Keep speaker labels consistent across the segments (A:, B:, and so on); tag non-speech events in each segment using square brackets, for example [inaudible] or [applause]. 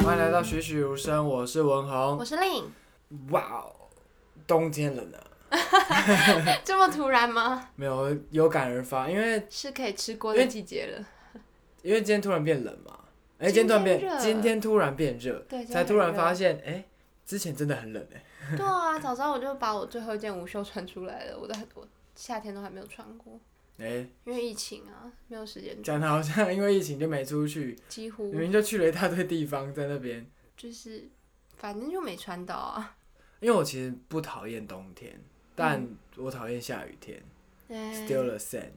A: 欢迎来到栩栩如生，我是文
B: 我
A: 宏。
B: 是令，
A: 哇哦，冬天了呢，
B: 这么突然吗？
A: 没有有感而发，因为
B: 是可以吃锅的季节了。
A: 因为今天突然变冷嘛，哎、今
B: 今
A: 天突然
B: 天
A: 变，
B: 热
A: 今天突然变热，
B: 对，
A: 才
B: 真的
A: 突然
B: 很热
A: 发。现，哎、之前真的很冷哎、
B: 对啊，早知道我就把我最后一件无袖穿出来了，我都我夏天都还没有穿过，
A: 哎、
B: 因为疫情啊，没有时间
A: 讲
B: 穿，
A: 的好像因为疫情就没出去，
B: 几乎
A: 明明就去了一大堆地方在那边。
B: 就是反正就没穿到啊。
A: 因为我其实不讨厌冬天，但我讨厌下雨天、
B: 嗯哎
A: s t i l l the same。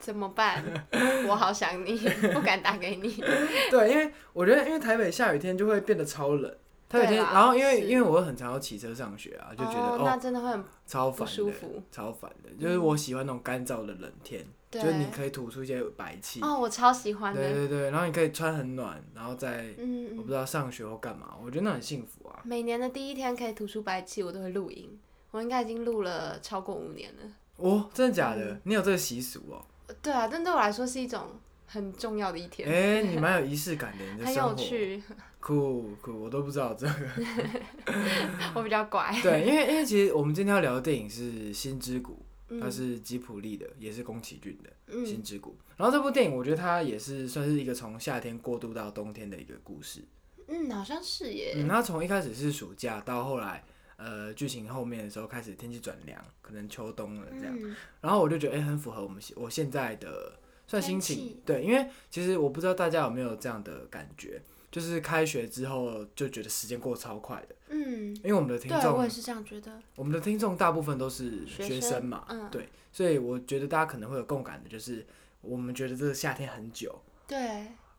B: 怎么
A: [laughs]
B: 办？我好想你，不敢打给你。
A: 对，因为我觉得，因为台北下雨天就会变得超冷。台北天，
B: 对啦
A: 然后因为
B: 是
A: 因为我很常要骑车上学 [laughs] 啊，就觉得
B: 哦，
A: 哦
B: 那真的会很
A: 超
B: 不
A: 烦
B: 舒
A: 的，
B: 服。
A: 超烦的。就是我喜欢那种干燥的冷天，就
B: 对
A: 是你可以吐出一些白气，
B: 哦，我超喜欢
A: 对
B: 的。
A: 对对，然后你可以穿很暖，然后再
B: 嗯
A: 我
B: 嗯
A: 不。知道上学或干嘛，我觉得那很幸福啊。
B: 每年的第一天可以吐出白气，我都会录音。我应该已经录了超过五年了。
A: 哦，真的假
B: 嗯
A: 的？你有这个习俗哦？
B: 对啊，但对我来说是一种很重要的一天，
A: 哎，你
B: [laughs]
A: 蛮有仪式感的，你的
B: 很
A: 生
B: 有
A: 活
B: 趣。 [laughs]
A: 酷酷，我都不知道这个。
B: 我比较乖。
A: 对，因为因为其实我们今天要聊的电影是《心之谷》，它
B: 嗯
A: 是吉普力的，也是宫崎骏的。
B: 嗯，
A: 心之谷。然后这部电影，我觉得它也是算是一个从夏天过渡到冬天的一个故事。
B: 嗯，好像是耶。
A: 嗯，它从一开始是暑假，到后来呃剧情后面的时候开始天气转凉，可能秋冬了这样。
B: 嗯，
A: 然后我就觉得，哎、很符合我们现我现在的算心
B: 天气
A: 情，对，因为其实我不知道大家有没有这样的感觉，就是开学之后就觉得时间过超快的，
B: 嗯，
A: 因为我们的听
B: 对，我也
A: 众，
B: 是这样觉得。
A: 我们的听众大部分都是学
B: 学
A: 生
B: 生
A: 嘛，
B: 嗯，
A: 对，所以我觉得大家可能会有共感的，就是我们觉得这个夏天很久。
B: 对，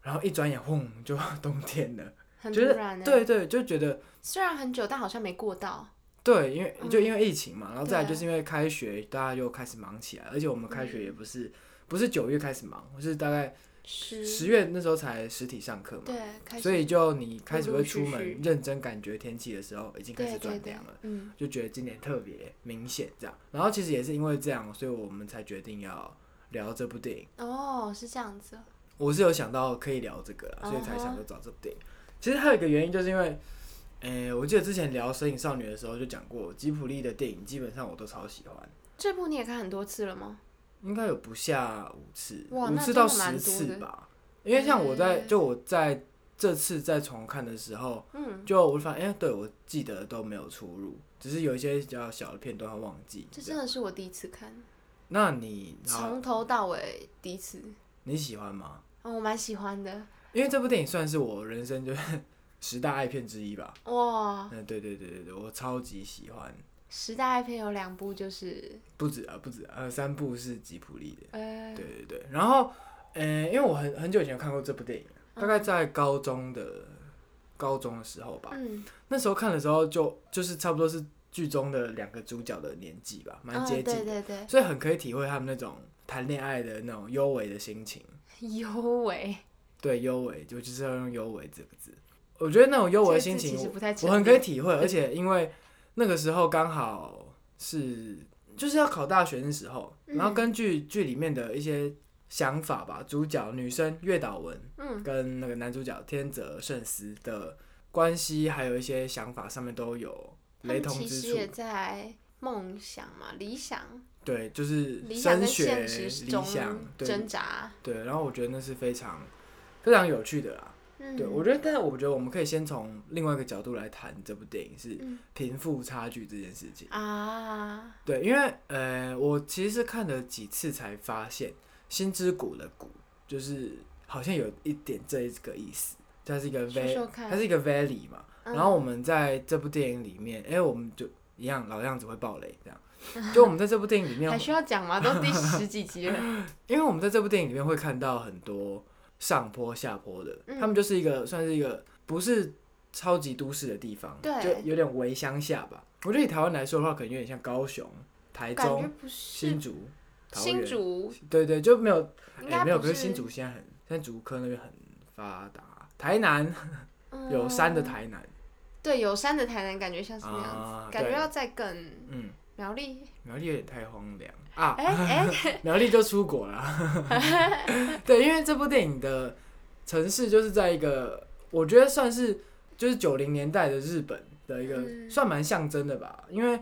A: 然后一转眼，轰，就 [laughs] 冬天了。
B: 很突
A: 觉得
B: 然耶。，欸
A: 对对，就觉得
B: 虽然很久，但好像没过到。
A: 对，因为
B: 嗯
A: 就因为疫情嘛，然后再来
B: 对啊
A: 就是因为开学，大家又开始忙起来，而且我们开学也不是不是九月开始忙，是大概
B: 是。
A: 十月那时候才实体上课嘛，
B: 对，开始。
A: 所以就你开始
B: 陆
A: 会
B: 陆续
A: 出门
B: 续
A: 认真感觉天气的时候，已经开
B: 对
A: 始
B: 对
A: 转
B: 对
A: 凉了。，
B: 嗯，
A: 就觉得今年特别明显这样，然后其实也是因为这样，所以我们才决定要聊这部电影。
B: 哦，是这样子哦。
A: 我是有想到可以聊这个
B: 嗯
A: 啦，所以才想说找这部电影。其实还有一个原因，就是因为，诶、我记得之前聊《神隐少女》的时候就讲过，吉普力的电影基本上我都超喜欢，
B: 这部你也看很多次了吗？
A: 应该有不下五次，
B: 哇
A: 五
B: 那
A: 次
B: 真
A: 到
B: 的
A: 十
B: 蛮
A: 次
B: 多的
A: 吧。因为像我在
B: 嗯
A: 就我在这次再重看的时候，
B: 嗯，
A: 就我发现，哎、对我记得都没有出入，只是有一些比较小的片段会忘记。
B: 这
A: 这样
B: 真的是我第一次看，
A: 那你好，
B: 从头到尾第一次。
A: 你喜欢吗？
B: 嗯，我蛮喜欢的。
A: 因为这部电影算是我人生就是 [laughs] 十大爱片之一吧。
B: 哇，
A: 嗯，对对对对对，我超级喜欢，
B: 十大爱片有两部就是，
A: 不止啊，不止啊，呃，三部是吉普力的，
B: 呃
A: 对，对对。然后，呃，因为我很很久以前有看过这部电影，
B: 嗯
A: 大概在高中的高中的时候吧，
B: 嗯，
A: 那时候看的时候就就是差不多是剧中的两个主角的年纪吧，蛮
B: 嗯
A: 接近
B: 对
A: 的，
B: 对对，
A: 所以很可以体会他们那种谈恋爱的那种优美的心情。
B: 尤为，
A: 对，优美，就就是要用优美这个字。我觉得那种优
B: 这
A: 美的
B: 个
A: 心
B: 字
A: 情，
B: 其实不太
A: 我
B: 成
A: 很可以
B: 立，
A: 体会，而且因为那个时候刚好是就是要考大学的时候，
B: 嗯
A: 然后根据剧里面的一些想法吧，主角女生月岛文
B: 嗯
A: 跟那个男主角天泽圣司的关系，还有一些想法上面都有
B: 他
A: 雷
B: 们
A: 同
B: 其
A: 之
B: 实
A: 处。
B: 也在梦想嘛，理想，
A: 对，就是
B: 理想
A: 升
B: 跟
A: 学
B: 现
A: 理
B: 实中
A: 想，对
B: 挣扎，
A: 对。然后我觉得那是非常非常有趣的啦。
B: 嗯，
A: 对，我觉得，但是我觉得我们可以先从另外一个角度来谈这部电影，是
B: 嗯
A: 贫富差距这件事情。
B: 啊，
A: 对，因为呃，我其实是看了几次才发现，心之谷的谷就是好像有一点这一个意思，它是一个
B: 说
A: valley，
B: 说
A: 它
B: 看，
A: 是一个 valley 嘛。
B: 嗯
A: 然后我们在这部电影里面，哎、我们就一样老样子会爆雷这
B: [laughs]
A: 样。就我们在这部电影里面，
B: 还需要讲
A: [laughs]
B: 吗？都第十几集了，
A: 因为我们在这部电影里面会看到很多上坡下坡的，
B: 嗯
A: 他们就是一个算是一个不是超级都市的地方，
B: 对
A: 就有点围乡下吧。我觉得以台湾来说的话，可能有点像高雄、台
B: 感觉
A: 中、
B: 不是
A: 新竹、桃
B: 新
A: 园，
B: 竹，
A: 对对，就没有，
B: 应
A: 哎
B: 该
A: 没有。
B: 不
A: 可是新竹现在很，现在竹科那边很发达，台南有山的
B: 嗯，
A: 台南，
B: 对，有山的台南感觉像是那样
A: 啊
B: 子，感觉
A: 对
B: 要再更
A: 嗯，
B: 苗栗，
A: 苗栗有点太荒凉啊，
B: 哎哎，
A: 苗栗就出
B: [laughs]
A: 国了。对，因为这部电影的城市就是在一个我觉得算是就是九零年代的日本的一个、
B: 嗯
A: 算蛮象征的吧，因为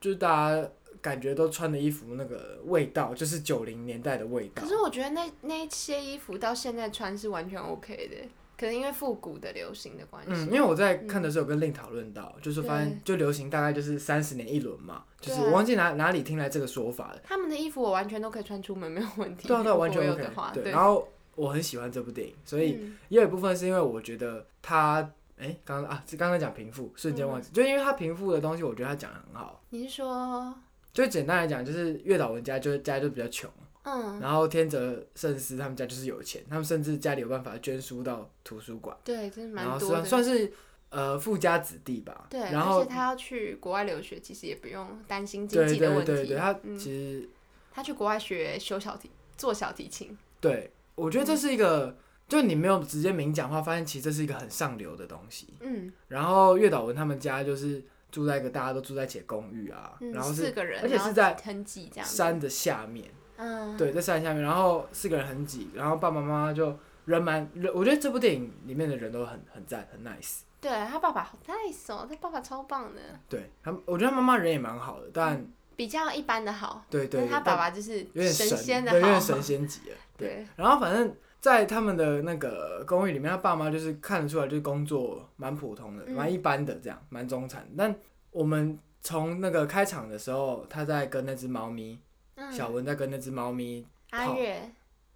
A: 就是大家感觉都穿的衣服那个味道就是九零年代的味道
B: 可。是我觉得那那一些衣服到现在穿是完全 OK 的，可能因为复古的流行的关系。
A: 嗯，因为我在看的时候有跟令讨论到，就是发现就流行大概就是三十年一轮嘛，就是
B: 对啊
A: 我忘记哪哪里听来这个说法了。
B: 他们的衣服我完全都可以穿出门，没有问题。
A: 对啊，对啊，
B: 如果
A: 完全
B: 我有
A: OK
B: 的话，。
A: 对，
B: 对，
A: 然后我很喜欢这部电影，所以
B: 嗯
A: 也有一部分是因为我觉得他，哎，刚刚啊，是刚刚讲平复，瞬间忘记，
B: 嗯
A: 就因为他平复的东西，我觉得他讲的很好。
B: 你是说，
A: 就简单来讲，就是月岛文家就是家就比较穷，
B: 嗯，
A: 然后天泽圣司他们家就是有钱，他们甚至家里有办法捐书到图书馆，
B: 对，真的
A: 然后
B: 蛮多
A: 算
B: 的。
A: 算是呃富家子弟吧。
B: 对，
A: 然
B: 而
A: 后
B: 且他要去国外留学，其实也不用担心经
A: 对
B: 济的问
A: 对
B: 题。
A: 对对，他
B: 嗯
A: 其实
B: 他去国外学修小提，做小提琴。
A: 对我觉得这是一个，就你没有直接明讲话，发现其实这是一个很上流的东西。
B: 嗯
A: 然后月岛文他们家就是住在一个大家都住在一起的公寓啊，
B: 嗯，
A: 然后
B: 四
A: 是
B: 个人，
A: 而且
B: 然
A: 是
B: 后
A: 在
B: 很挤这样子。
A: 山的下面，
B: 嗯，
A: 对，在山下面，然后四个人很挤，然后爸爸妈妈就人蛮，人我觉得这部电影里面的人都很很赞，很 nice。
B: 对他爸爸好 nice 哦，他爸爸超棒的，
A: 对他们，我觉得他妈妈人也蛮好的，但、
B: 比较一般的好，
A: 对对
B: 嗯但
A: 对，
B: 他爸
A: 但
B: 爸就是
A: 有点
B: 神仙的
A: 对，有点
B: 好，
A: 神仙级了。对，
B: 对，
A: 然后反正，在他们的那个公寓里面，他爸妈就是看得出来，就是工作蛮普通的，
B: 嗯
A: 蛮一般的，这样蛮中产。但我们从那个开场的时候，他在跟那只猫咪，
B: 嗯
A: 小文在跟那只猫咪，
B: 阿
A: 跑
B: 月，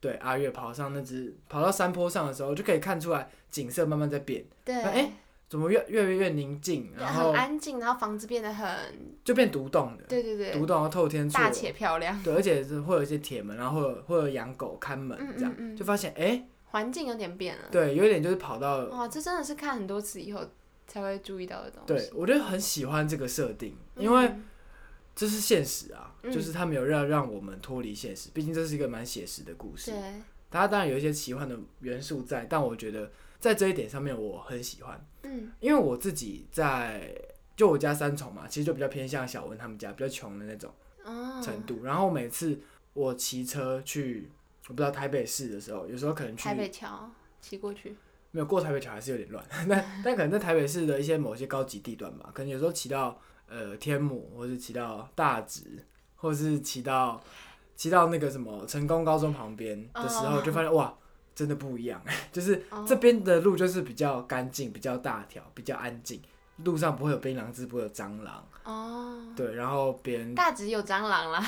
A: 对阿月跑上那只跑到山坡上的时候，就可以看出来景色慢慢在变，
B: 对，
A: 那哎怎么越越来越宁静，
B: 对
A: 然
B: 很
A: 后
B: 安静，然后房子变得很，
A: 就变独栋的，
B: 对对对，
A: 独栋然后透天厝，
B: 大且漂亮，
A: 对，而且是会有一些铁门，然后会有会有养狗看门
B: 嗯
A: 这样，
B: 嗯嗯
A: 就发现哎、
B: 环境有点变了。
A: 对，有点就是跑到
B: 哇，这真的是看很多次以后才会注意到的东
A: 对，
B: 西。
A: 我就很喜欢这个设定，
B: 嗯，
A: 因为这是现实啊，
B: 嗯
A: 就是他没有要让我们脱离现实，毕竟这是一个蛮写实的故事。
B: 对，
A: 它当然有一些奇幻的元素在，但我觉得在这一点上面我很喜欢，
B: 嗯
A: 因为我自己在就我家三重嘛，其实就比较偏向小文他们家比较穷的那种
B: 哦，
A: 程度。然后每次我骑车去，我不知道台北市的时候，有时候可能去
B: 台北桥骑过去，
A: 没有过台北桥还是有点乱， [laughs] 但但可能在台北市的一些某些高级地段吧，可能有时候骑到呃天母，或是骑到大直，或是骑到骑到那个什么成功高中旁边的时候，
B: 哦
A: 就发现哇，真的不一样， [laughs] 就是
B: 哦
A: 这边的路就是比较干净、比较大条、比较安静，路上不会有槟榔汁，不会有蟑螂，
B: 哦，
A: 对，然后别人
B: 大直有蟑螂啦，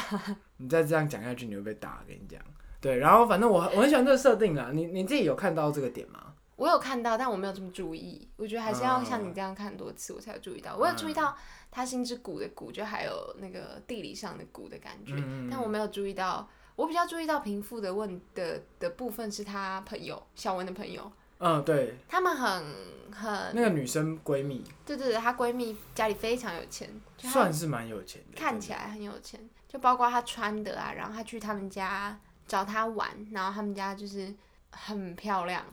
A: 你再这样讲下去，你会被打，跟你讲，对，然后反正我很我很喜欢这个设定啊啦，你你自己有看到这个点吗？
B: 我有看到，但我没有这么注意。我觉得还是要像
A: 嗯
B: 你这样看多次，我才有注意到。我有注意到它心之谷的谷，就还有那个地理上的谷的感觉，
A: 嗯
B: 但我没有注意到。我比较注意到贫富的问的的部分是他朋友小文的朋友，
A: 嗯，对，
B: 他们很很
A: 那个女生闺蜜
B: 对对对，她闺蜜家里非常有钱，就她
A: 算是蛮有钱的，
B: 看起
A: 来
B: 来很有钱，就包括她穿的啊，然后她去他们家找她玩，然后他们家就是很漂亮，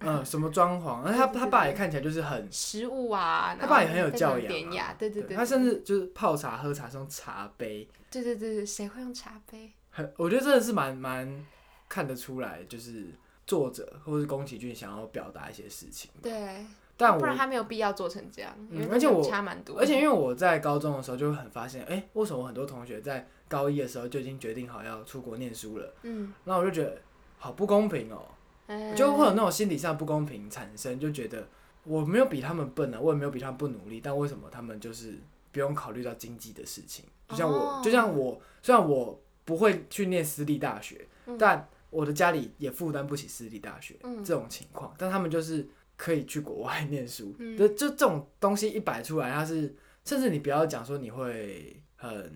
A: 嗯，什么装潢，然后他
B: 对对对
A: 他爸也看起来就是很，
B: 食物啊，
A: 她爸也
B: 然后
A: 很有
B: 非
A: 教
B: 常
A: 养啊
B: 典雅，对对对，
A: 他甚至就是泡茶喝茶是用茶杯，
B: 对对对对，谁会用茶杯？
A: 很，我觉得真的是蛮蛮看得出来，就是作者或是宫崎骏想要表达一些事情，
B: 对，
A: 嗯但
B: 不然
A: 我。
B: 他没有必要做成这样，
A: 嗯
B: 因为
A: 而且
B: 真的
A: 我
B: 差蛮多，
A: 而且因为我在高中的时候就会很发现，哎、为什么我很多同学在高一的时候就已经决定好要出国念书了？
B: 嗯，
A: 那我就觉得好不公平哦、
B: 嗯
A: 就会有那种心理上不公平产生，就觉得我没有比他们笨啊，我也没有比他们不努力，但为什么他们就是不用考虑到经济的事情？就像我，
B: 哦
A: 就像我，虽然我不会去念私立大学，
B: 嗯
A: 但我的家里也负担不起私立大学、
B: 嗯
A: 这种情况，但他们就是可以去国外 [laughs] 念书，
B: 嗯
A: 就就这种东西一摆出来，它是甚至你不要讲说你会很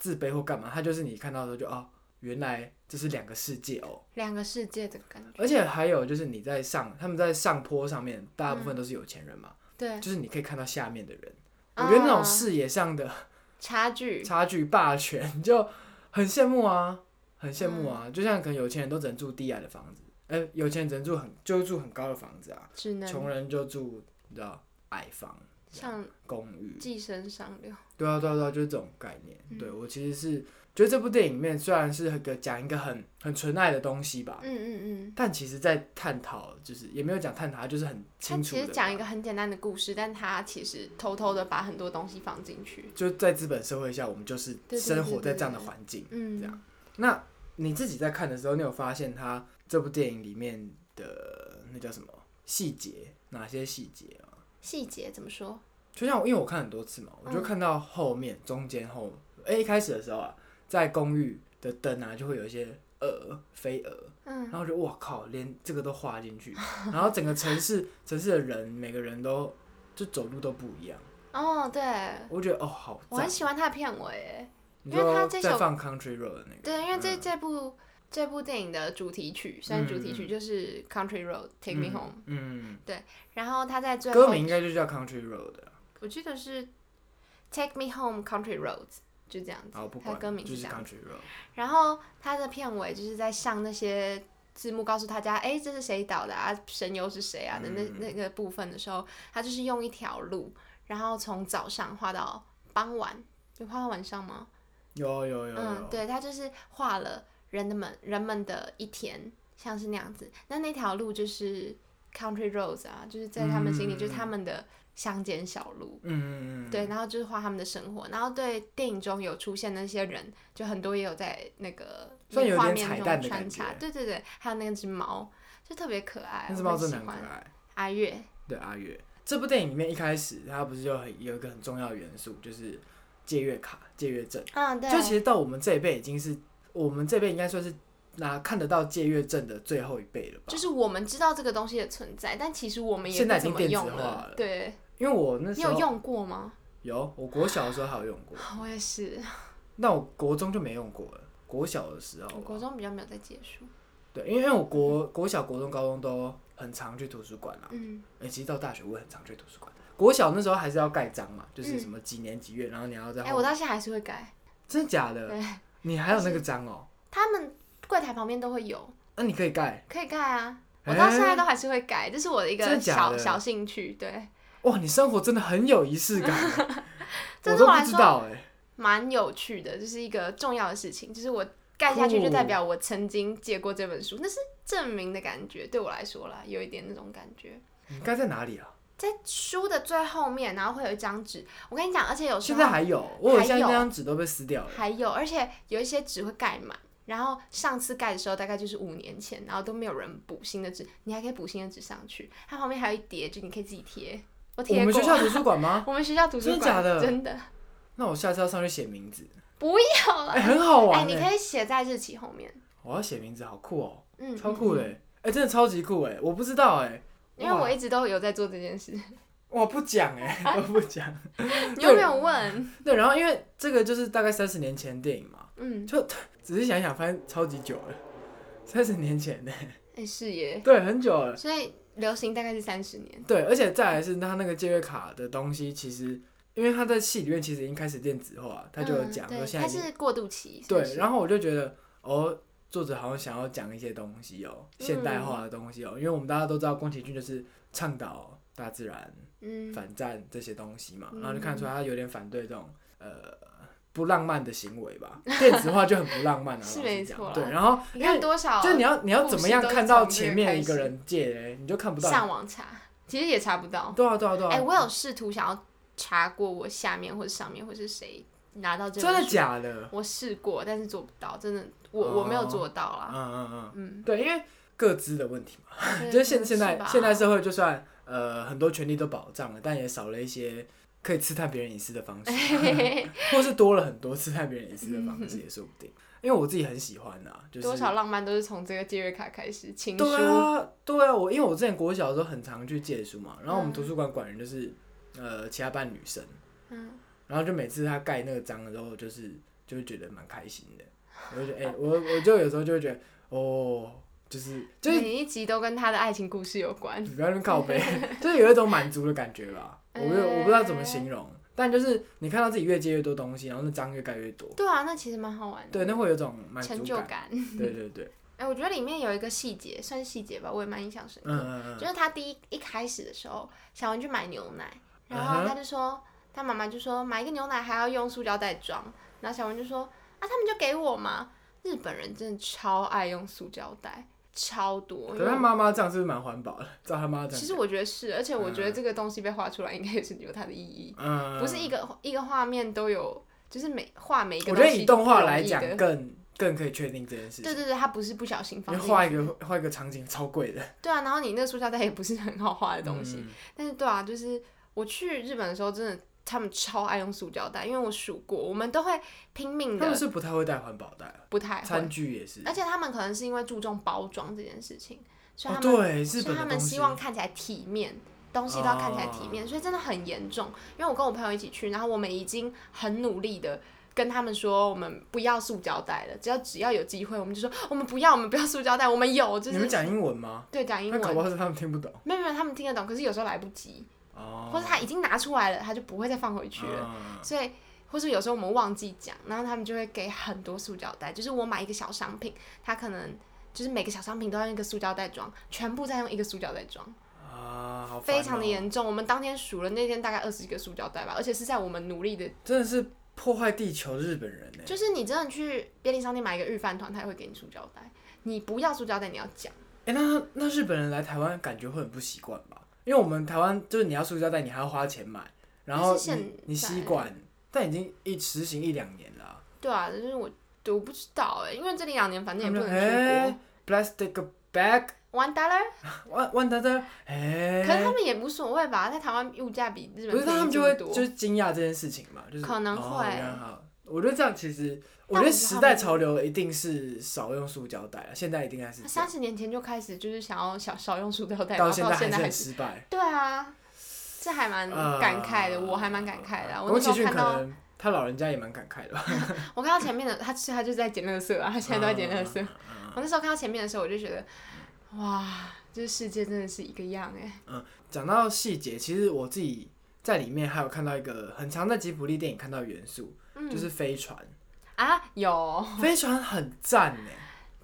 A: 自卑或干嘛，它就是你看到的时候就哦，原来这是两个世界哦。
B: 两个世界的感觉，
A: 而且还有就是你在上，他们在上坡上面，大部分都是有钱人嘛，
B: 对，
A: 就是你可以看到下面的人。我
B: 啊
A: 觉得那种视野上的 [laughs]
B: 差距，
A: 差距、霸权就很羡慕啊，很羡慕啊。就像可能有钱人都只能住低矮的房子，哎、有钱人只能住很就住很高的房子啊，
B: 只
A: 穷
B: 能
A: 人就住你知道矮房、
B: 上
A: 公寓。
B: 寄生上流，
A: 对啊，对啊，对啊，就是这种概念。对我其实是觉得这部电影里面虽然是一个讲一个很很纯爱的东西吧，
B: 嗯嗯嗯，
A: 但其实在探讨，就是也没有讲探讨，它就是很
B: 他
A: 清楚
B: 其实
A: 的，
B: 讲一个很简单的故事，但他其实偷偷的把很多东西放进去。
A: 就在资本社会下，我们就是
B: 对对
A: 生
B: 对
A: 活
B: 对
A: 在这样的
B: 对
A: 环境。
B: 嗯，
A: 这样那你自己在看的时候，你有发现他这部电影里面的那叫什么细节？哪些细节啊？
B: 细节怎么说？
A: 就像我因为我看很多次嘛，我
B: 嗯
A: 就看到后面、中间后，哎、一开始的时候啊，在公寓的灯啊，就会有一些蛾、飞蛾，
B: 嗯
A: 然后我就哇靠，连这个都画进去，然后整个城市 [laughs] 城市的人，每个人都就走路都不一样，
B: 哦，对，
A: 我觉得哦好
B: 我
A: 赞
B: 很。喜欢他的片尾耶，
A: 你
B: 因为它
A: 说
B: 这
A: 在
B: 首
A: 放 Country Road 的那个，嗯
B: 对，因为这、这部这部电影的主题曲，虽然主题曲就是《Country Road Take Me Home》，
A: 嗯，
B: 然后他在
A: 嗯，
B: 最后
A: 歌名应该就叫 Country Road 的，
B: 我记得是《Take Me Home Country Roads》，就这样子。
A: 然后不
B: 它
A: 管
B: 歌名
A: 就是
B: 这样。
A: Country Road。
B: 然后它的片尾就是在上那些字幕，告诉大家，哎，这是谁导的啊？神游是谁啊？的那
A: 嗯
B: 那个部分的时候，它就是用一条路，然后从早上画到傍晚，有画到晚上吗？
A: 有有有有，
B: 嗯，对，它就是画了人的们人们的一天，像是那样子。那那条路就是 Country Roads 啊，就是在他们心里，就是他们的乡间小路。
A: 嗯嗯嗯，
B: 对，然后就是画他们的生活，然后对电影中有出现那些人，就很多也有在那个
A: 算有点
B: 画面
A: 彩
B: 中
A: 蛋的
B: 穿
A: 感
B: 插，
A: 觉
B: 对对对，还有那只猫，就特别可爱，
A: 那只猫
B: 我很
A: 真
B: 喜
A: 的很可
B: 欢。
A: 爱。
B: 阿月，
A: 对阿月，这部电影里面一开始它不是就很有一个很重要的元素，就是借阅卡、借阅证。
B: 嗯，对，
A: 就其实到我们这一辈已经是，我们这辈应该算是拿看得到借阅证的最后一辈了吧？
B: 就是我们知道这个东西的存在，但其实我们也
A: 现在
B: 不
A: 已
B: 怎
A: 经
B: 么
A: 电子
B: 用
A: 化
B: 了
A: 了。
B: 对，
A: 因为我那
B: 你
A: 时候
B: 有用过吗？ [laughs]
A: 有我国小的时候还有用过，
B: 我也是，
A: 啊那我国中就没用过了。国小的时
B: 我
A: 候，
B: 国中比较没有在接触。
A: 对，因为因为我国国小、国中、高中都很常去图书馆啦。
B: 嗯
A: 哎、其实到大学我也很常去图书馆。国小那时候还是要盖章嘛，就是
B: 嗯
A: 什么几年几月，然后你要在
B: 哎、
A: 后
B: 我到现在还是会改，
A: 真的假的
B: 对？
A: 你还有那个章哦、
B: 他们柜台旁边都会有，
A: 那、你可以盖
B: 可以改啊。我
A: 哎
B: 到现在都还是会改，这是我的一
A: 真
B: 个
A: 的假
B: 小
A: 的
B: 小兴趣，对。
A: 哇！你生活真的很有仪式
B: [laughs]
A: 感，啊
B: 这
A: 我
B: 对
A: 都
B: 我
A: 不
B: 来
A: 知
B: 说
A: 道哎。
B: 蛮有趣的，就是一个重要的事情，就是我盖下去就代表我曾经借过这本书，那是证明的感觉，对我来说啦，有一点那种感觉。
A: 你盖在哪里啊？
B: 在书的最后面，然后会有一张纸，我跟你讲，而且有时
A: 现
B: 候
A: 在还有，我有
B: 还
A: 像
B: 有
A: 那张纸都被撕掉了。
B: 还有，而且有一些纸会盖满。然后上次盖的时候大概就是五年前，然后都没有人补新的纸，你还可以补新的纸上去。它旁边还有一叠，就你可以自己贴。
A: 我
B: 我贴
A: 们
B: 过，
A: 学校图书馆吗？
B: 我们学校图书
A: 真的假
B: 馆
A: 的
B: 真的
A: 那我下次要上去写名字，
B: [laughs] 不要了。
A: 哎，很好
B: 哎、
A: 玩
B: 你
A: 哎。
B: 可以写在日期后面。
A: 我要写名字，好酷哦，
B: 嗯，
A: 超
B: 嗯
A: 酷的哎，哎，真的超级酷哎！我不知道哎，
B: 因为
A: 哇
B: 我一直都有在做这
A: [laughs]
B: 件事，
A: 我不讲哎， [laughs] 我不讲。
B: 你有没有问？
A: 对，然后因为这个就是大概三十年前的电影嘛，
B: 嗯，
A: 就只是想一想，发现超级久了，三十年前呢，
B: 哎、是耶。
A: [laughs] 对，很久了。
B: 所以流行大概是三十年，
A: 对，而且再来是他那个借阅卡的东西，其实因为他在戏里面其实已经开始电子化，他就有讲
B: 嗯
A: 说
B: 对，
A: 现在
B: 它
A: 已经、
B: 是过渡期，
A: 对，
B: 后
A: 然后我就觉得哦，作者好像想要讲一些东西哦，
B: 嗯
A: 现代化的东西哦，因为我们大家都知道宫崎骏就是倡导大自然、
B: 嗯，
A: 反战这些东西嘛，
B: 嗯
A: 然后就看出来他有点反对这种呃。不浪漫的行为吧，电子化就很不浪
B: [laughs]
A: 漫啊，
B: 是
A: 老实
B: 没
A: 讲
B: 错啦
A: 对，然后
B: 你
A: 因为
B: 看多少
A: 就你要你要怎么样
B: 故事都是
A: 看到
B: 从这个
A: 前面一
B: 开
A: 个
B: 始
A: 人借嘞，你就看不到。
B: 上网查，其实也查不到。
A: 对啊对啊对啊！
B: 哎、我有试图想要查过我下面或者上面或是谁拿到这
A: 真
B: 本
A: 的
B: 书？
A: 假的？
B: 我试过，但是做不到，真的，我、我没有做到
A: 嗯
B: 啦。
A: 嗯嗯，
B: 嗯，
A: 对，因为各资的问题嘛， [laughs]
B: 对
A: 就是现现
B: 是
A: 在
B: 吧
A: 现代
B: [laughs]
A: 社会，就算呃很多权利都保障了，但也少了一些可以刺探别人隐私的
B: [laughs]
A: 方式，或是多了很多刺探别人隐私的方式也说不定。因为我自己很喜欢啊，就是
B: 多少浪漫都是从这个借阅卡开始，情书，
A: 对啊对啊，我因为我之前国小的时候很常去借书嘛，然后我们图书馆管人就是呃其他班女生，
B: 嗯，
A: 然后就每次她盖那个章的时候，就是就会觉得蛮开心的，我就觉得哎、我我就有时候就会觉得哦，就是就是
B: 每一集都跟他的爱情故事有关。
A: 你不要那么靠背， [laughs] 就是有一种满足的感觉吧。我没有，我不知道怎么形容，但就是你看到自己越接越多东西，然后那章越盖越多，
B: 对啊，那其实蛮好玩的，
A: 对，那会有一种满足
B: 成就感。
A: 对对对，
B: 哎、我觉得里面有一个细节，算是细节吧，我也蛮印象深刻。
A: 嗯嗯嗯，
B: 就是他第一一开始的时候，小文去买牛奶，然
A: 嗯
B: 后
A: 哼
B: 他就说，他妈妈就说买一个牛奶还要用塑胶袋装，然后小文就说啊，他们就给我嘛。日本人真的超爱用塑胶袋，超多。
A: 可
B: 因
A: 是
B: 为
A: 他妈妈这样是不是蛮环保的？照他妈这样讲，
B: 其实我觉得是，而且我觉得
A: 嗯
B: 这个东西被画出来，应该也是有它的意义，
A: 嗯，
B: 不是一个一个画面都有，就是每画每一个
A: 我
B: 东
A: 觉
B: 西
A: 得以动画来
B: 都
A: 讲
B: 不容易的
A: 更更可以确定这件事情。
B: 对对对，它不是不小心
A: 因
B: 放
A: 为
B: 进
A: 画一
B: 去，
A: 个画一个场景超贵的
B: 对啊，然后你那个塑胶袋也不是很好画的东西，
A: 嗯
B: 但是对啊，就是我去日本的时候，真的他们超爱用塑胶袋，因为我数过，我们都会拼命
A: 他们
B: 的
A: 是不太会带环保袋，啊
B: 不太
A: 餐
B: 会，
A: 具也是。
B: 而且他们可能是因为注重包装这件事情，所以
A: 哦
B: 他，们、
A: 对，日
B: 所
A: 本的
B: 以他
A: 东
B: 们
A: 西哦
B: 希望看起来体面。东西都要看起来体面所以真的很严重。因为我跟我朋友一起去，然后我们已经很努力的跟他们说，我们不要塑胶袋了。只要只要有机会，我们就说我们不要，我们不要塑胶袋，我们有，就
A: 你们
B: 是
A: 讲英文吗？
B: 对讲英
A: 那
B: 文
A: 搞。不好是他们听
B: [laughs]
A: 不懂
B: 没有没有，他们听得懂，可是有时候来不及。
A: 哦。
B: 或者他已经拿出来了，他就不会再放回去了。
A: 嗯
B: 所以，或是有时候我们忘记讲，然后他们就会给很多塑胶袋。就是我买一个小商品，他可能就是每个小商品都要用一个塑胶袋装，全部再用一个塑胶袋装，
A: 啊，好烦哦
B: 非常的，严重。我们当天数了那天大概二十几个塑胶袋吧，而且是在我们努力的，
A: 真的是破坏地球日本人呢。
B: 就是你真的去便利商店买一个日饭团，他也会给你塑胶袋。你不要塑胶袋，你要讲。
A: 哎，那那日本人来台湾感觉会很不习惯吧？因为我们台湾就是你要塑胶袋，你还要花钱买，然后
B: 但是现
A: 你你
B: 在
A: 吸管，但已经一实行一两年了啊。
B: 对啊，就是我，对我不知道哎、因为这里两年反正也
A: 他
B: 不
A: 们
B: 能
A: 就
B: 出
A: 哎，plastic [laughs] bag，
B: 国。One dollar。
A: 万万达的，
B: 可是
A: 哎
B: 他，们也无所谓吧，在台湾物价比日本
A: 不是
B: 便宜
A: 他们就
B: 这么
A: 会
B: 多
A: 就是惊讶这件事情嘛，就是
B: 可能
A: 哦
B: 会
A: 原来好我觉得这样其实，我觉得
B: 但我觉得
A: 时
B: 他
A: 代
B: 们
A: 潮流一定是少用塑胶袋了，啊现在一定还是这样
B: 他三十年前就开始就是想要少少用塑料袋，然
A: 到
B: 后
A: 现
B: 到
A: 还
B: 现
A: 是
B: 在还
A: 很
B: 是
A: 失败。
B: 对啊，这还蛮
A: 呃
B: 感慨的，我还蛮感慨的啊、我
A: 宫
B: 那时
A: 崎骏
B: 候看
A: 可
B: 到，
A: 能他老人家也蛮感慨的吧， [laughs]
B: [laughs] 我看到前面的他，他就是在捡垃圾啊，他现在都在捡垃圾。
A: 嗯
B: 我那时候看到前面的时候，我就觉得，哇，这世界真的是一个样哎、
A: 讲到细节，其实我自己在里面还有看到一个很常在吉卜力电影看到的元素，
B: 嗯
A: 就是飞船。
B: 啊，有
A: 飞船很赞欸呢。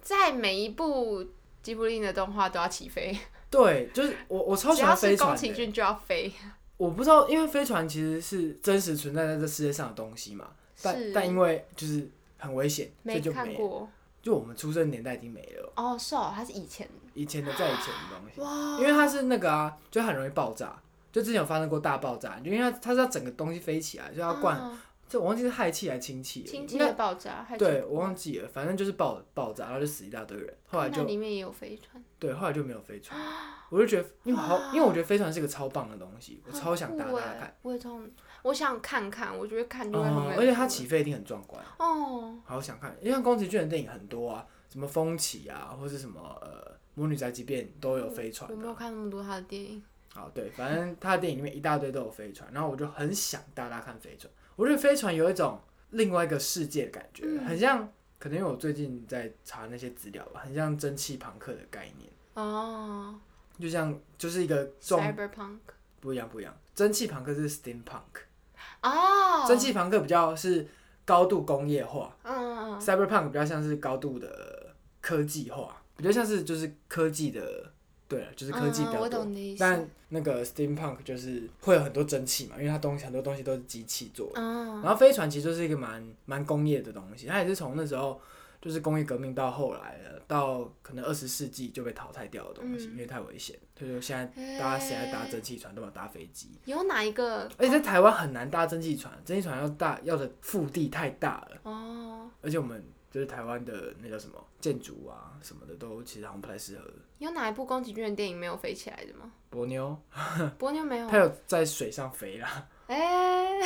B: 在每一部吉卜力的动画都要起飞，
A: 对，就是我我超
B: 只
A: 喜
B: 要
A: 欢
B: 是
A: 飞
B: 宫
A: 船
B: 崎
A: 的。
B: 骏就要飞，
A: 我不知道，因为飞船其实是真实存在在这世界上的东西嘛，但
B: 是
A: 但因为就是很危险，所以
B: 没
A: 就
B: 看
A: 没。
B: 过
A: 就我们出生年代已经没了，
B: 哦，是哦，他是以前
A: 以前的在以前的东西。
B: 哇，
A: 因为它是那个啊，就很容易爆炸。就之前有发生过大爆炸，就因为它它是要整个东西飞起来，就要灌，
B: 啊
A: 这我忘记是氦气还是氢气了，
B: 氢气
A: 应该
B: 的爆炸，还
A: 对我忘记了，反正就是爆爆炸，然后就死一大堆人。后来
B: 那
A: 就
B: 里面也有飞船，
A: 对，后来就没有飞船。我就觉得，因为我好，因为我觉得飞船是个超棒的东西，我超想搭
B: 很酷
A: 搭
B: 欸
A: 看。。
B: 我也超，我想看看，我觉得看就会很
A: 哦
B: 满，足
A: 而且它起飞一定很壮观，啊
B: 哦，
A: 好想看。因为像宫崎骏的电影很多啊，什么风起啊，或是什么呃魔女宅急便都有飞船
B: 我没
A: 啊
B: 有。看那么多他的电影，
A: 好，对，反正他的电影里面一大堆都有飞船，然后我就很想大家看飞船。我觉得飞船有一种另外一个世界的感觉，
B: 嗯
A: 很像，可能因为我最近在查那些资料吧，很像蒸汽朋克的概念，
B: 哦
A: 就像就是一个重
B: ，Cyberpunk，
A: 不一样不一样，蒸汽朋克是 steampunk，、
B: 哦，
A: 蒸汽朋克比较是高度工业化、
B: 嗯，嗯，嗯
A: c y b e r p u n k 比较像是高度的科技化，比较像是就是科技的，对了，就是科技比
B: 嗯
A: 较
B: 我
A: 多。
B: 懂你的意思，
A: 但那个 steampunk 就是会有很多蒸汽嘛，因为它东西很多东西都是机器做的。
B: 嗯，
A: 然后飞船其实就是一个蛮蛮工业的东西，它也是从那时候就是工业革命到后来了，到可能二十世纪就被淘汰掉的东西，
B: 嗯
A: 因为太危险。所以说现在大家谁来搭蒸汽船，都把搭飞机。
B: 哎有哪一个？
A: 而且在台湾很难搭蒸汽船，蒸汽船要大要的腹地太大了，
B: 哦，
A: 而且我们就是台湾的那叫什么建筑啊什么的都其实好像不太适合。
B: 有哪一部宫崎骏的电影没有飞起来的吗？
A: 伯妞
B: 哦波妞没有啊
A: 它，有在水上飞啦， [laughs]
B: 哎，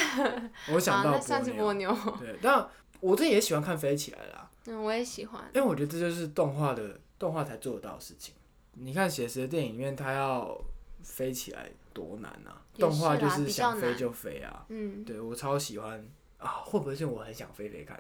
A: 我想
B: 好，
A: 到
B: 那
A: 伯
B: 算是
A: 妞
B: 波妞，
A: 对，但我自己也喜欢看飞起来啦，
B: 嗯，我也喜欢，
A: 因为我觉得这就是动画的动画才做得到的事情。你看写实的电影里面，它要飞起来多难啊！
B: 也是啦
A: 动画就是
B: 比
A: 想
B: 较难
A: 飞就飞啊。
B: 嗯，
A: 对我超喜欢啊，会不会是我很想飞飞看？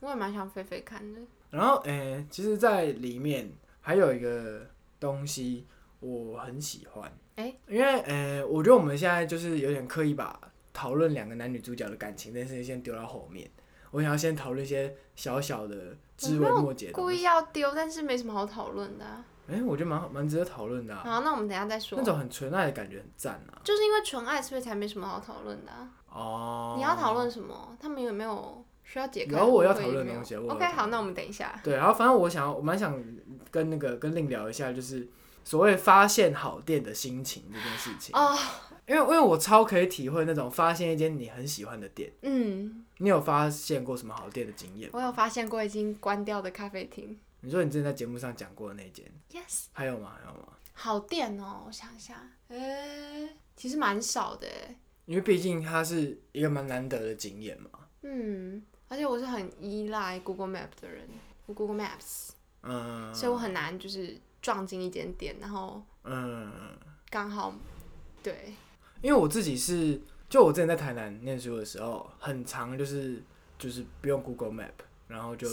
B: 我也蛮想飞飞看的，
A: 然后，诶、其实，在里面还有一个东西我很喜欢，
B: 诶
A: 因为，诶、我觉得我们现在就是有点刻意把讨论两个男女主角的感情这件事情先丢到后面，我想要先讨论一些小小的枝微末节的
B: 故
A: 东西。
B: 意要丢，但是没什么好讨论的啊。
A: 诶、我觉得蛮好蛮值得讨论的、啊，
B: 好，那我们等一下再说
A: 那。种很纯爱的感觉很赞啊。
B: 就是因为纯爱，所以才没什么好讨论的啊、
A: 哦，
B: 你要讨论什么？他们有没有需要解开
A: 有
B: 误
A: 我要
B: 会
A: 讨论的
B: 没有
A: 东西我有
B: OK，
A: 讨
B: 好，
A: 论
B: 那我们等一下。
A: 对，然后反正我想要，我蛮想跟那个跟令聊一下，就是所谓发现好店的心情这件事情。
B: 哦，
A: 因为因为我超可以体会那种发现一间你很喜欢的店，
B: 嗯，
A: 你有发现过什么好店的经验？
B: 我有发现过已经关掉的咖啡厅。
A: 你说你之前在节目上讲过的那间，
B: Yes，
A: 还有吗？还有吗？
B: 好店哦，我想一下，呃，其实蛮少的诶，
A: 因为毕竟它是一个蛮难得的经验嘛。
B: 嗯，而且我是很依赖 Google Map 的人，Google Maps，、
A: 嗯，
B: 所以我很难就是撞进一间店，然后
A: 嗯，
B: 刚好对，
A: 因为我自己是，就我之前在台南念书的时候，很常就是就是不用 Google Map，然后就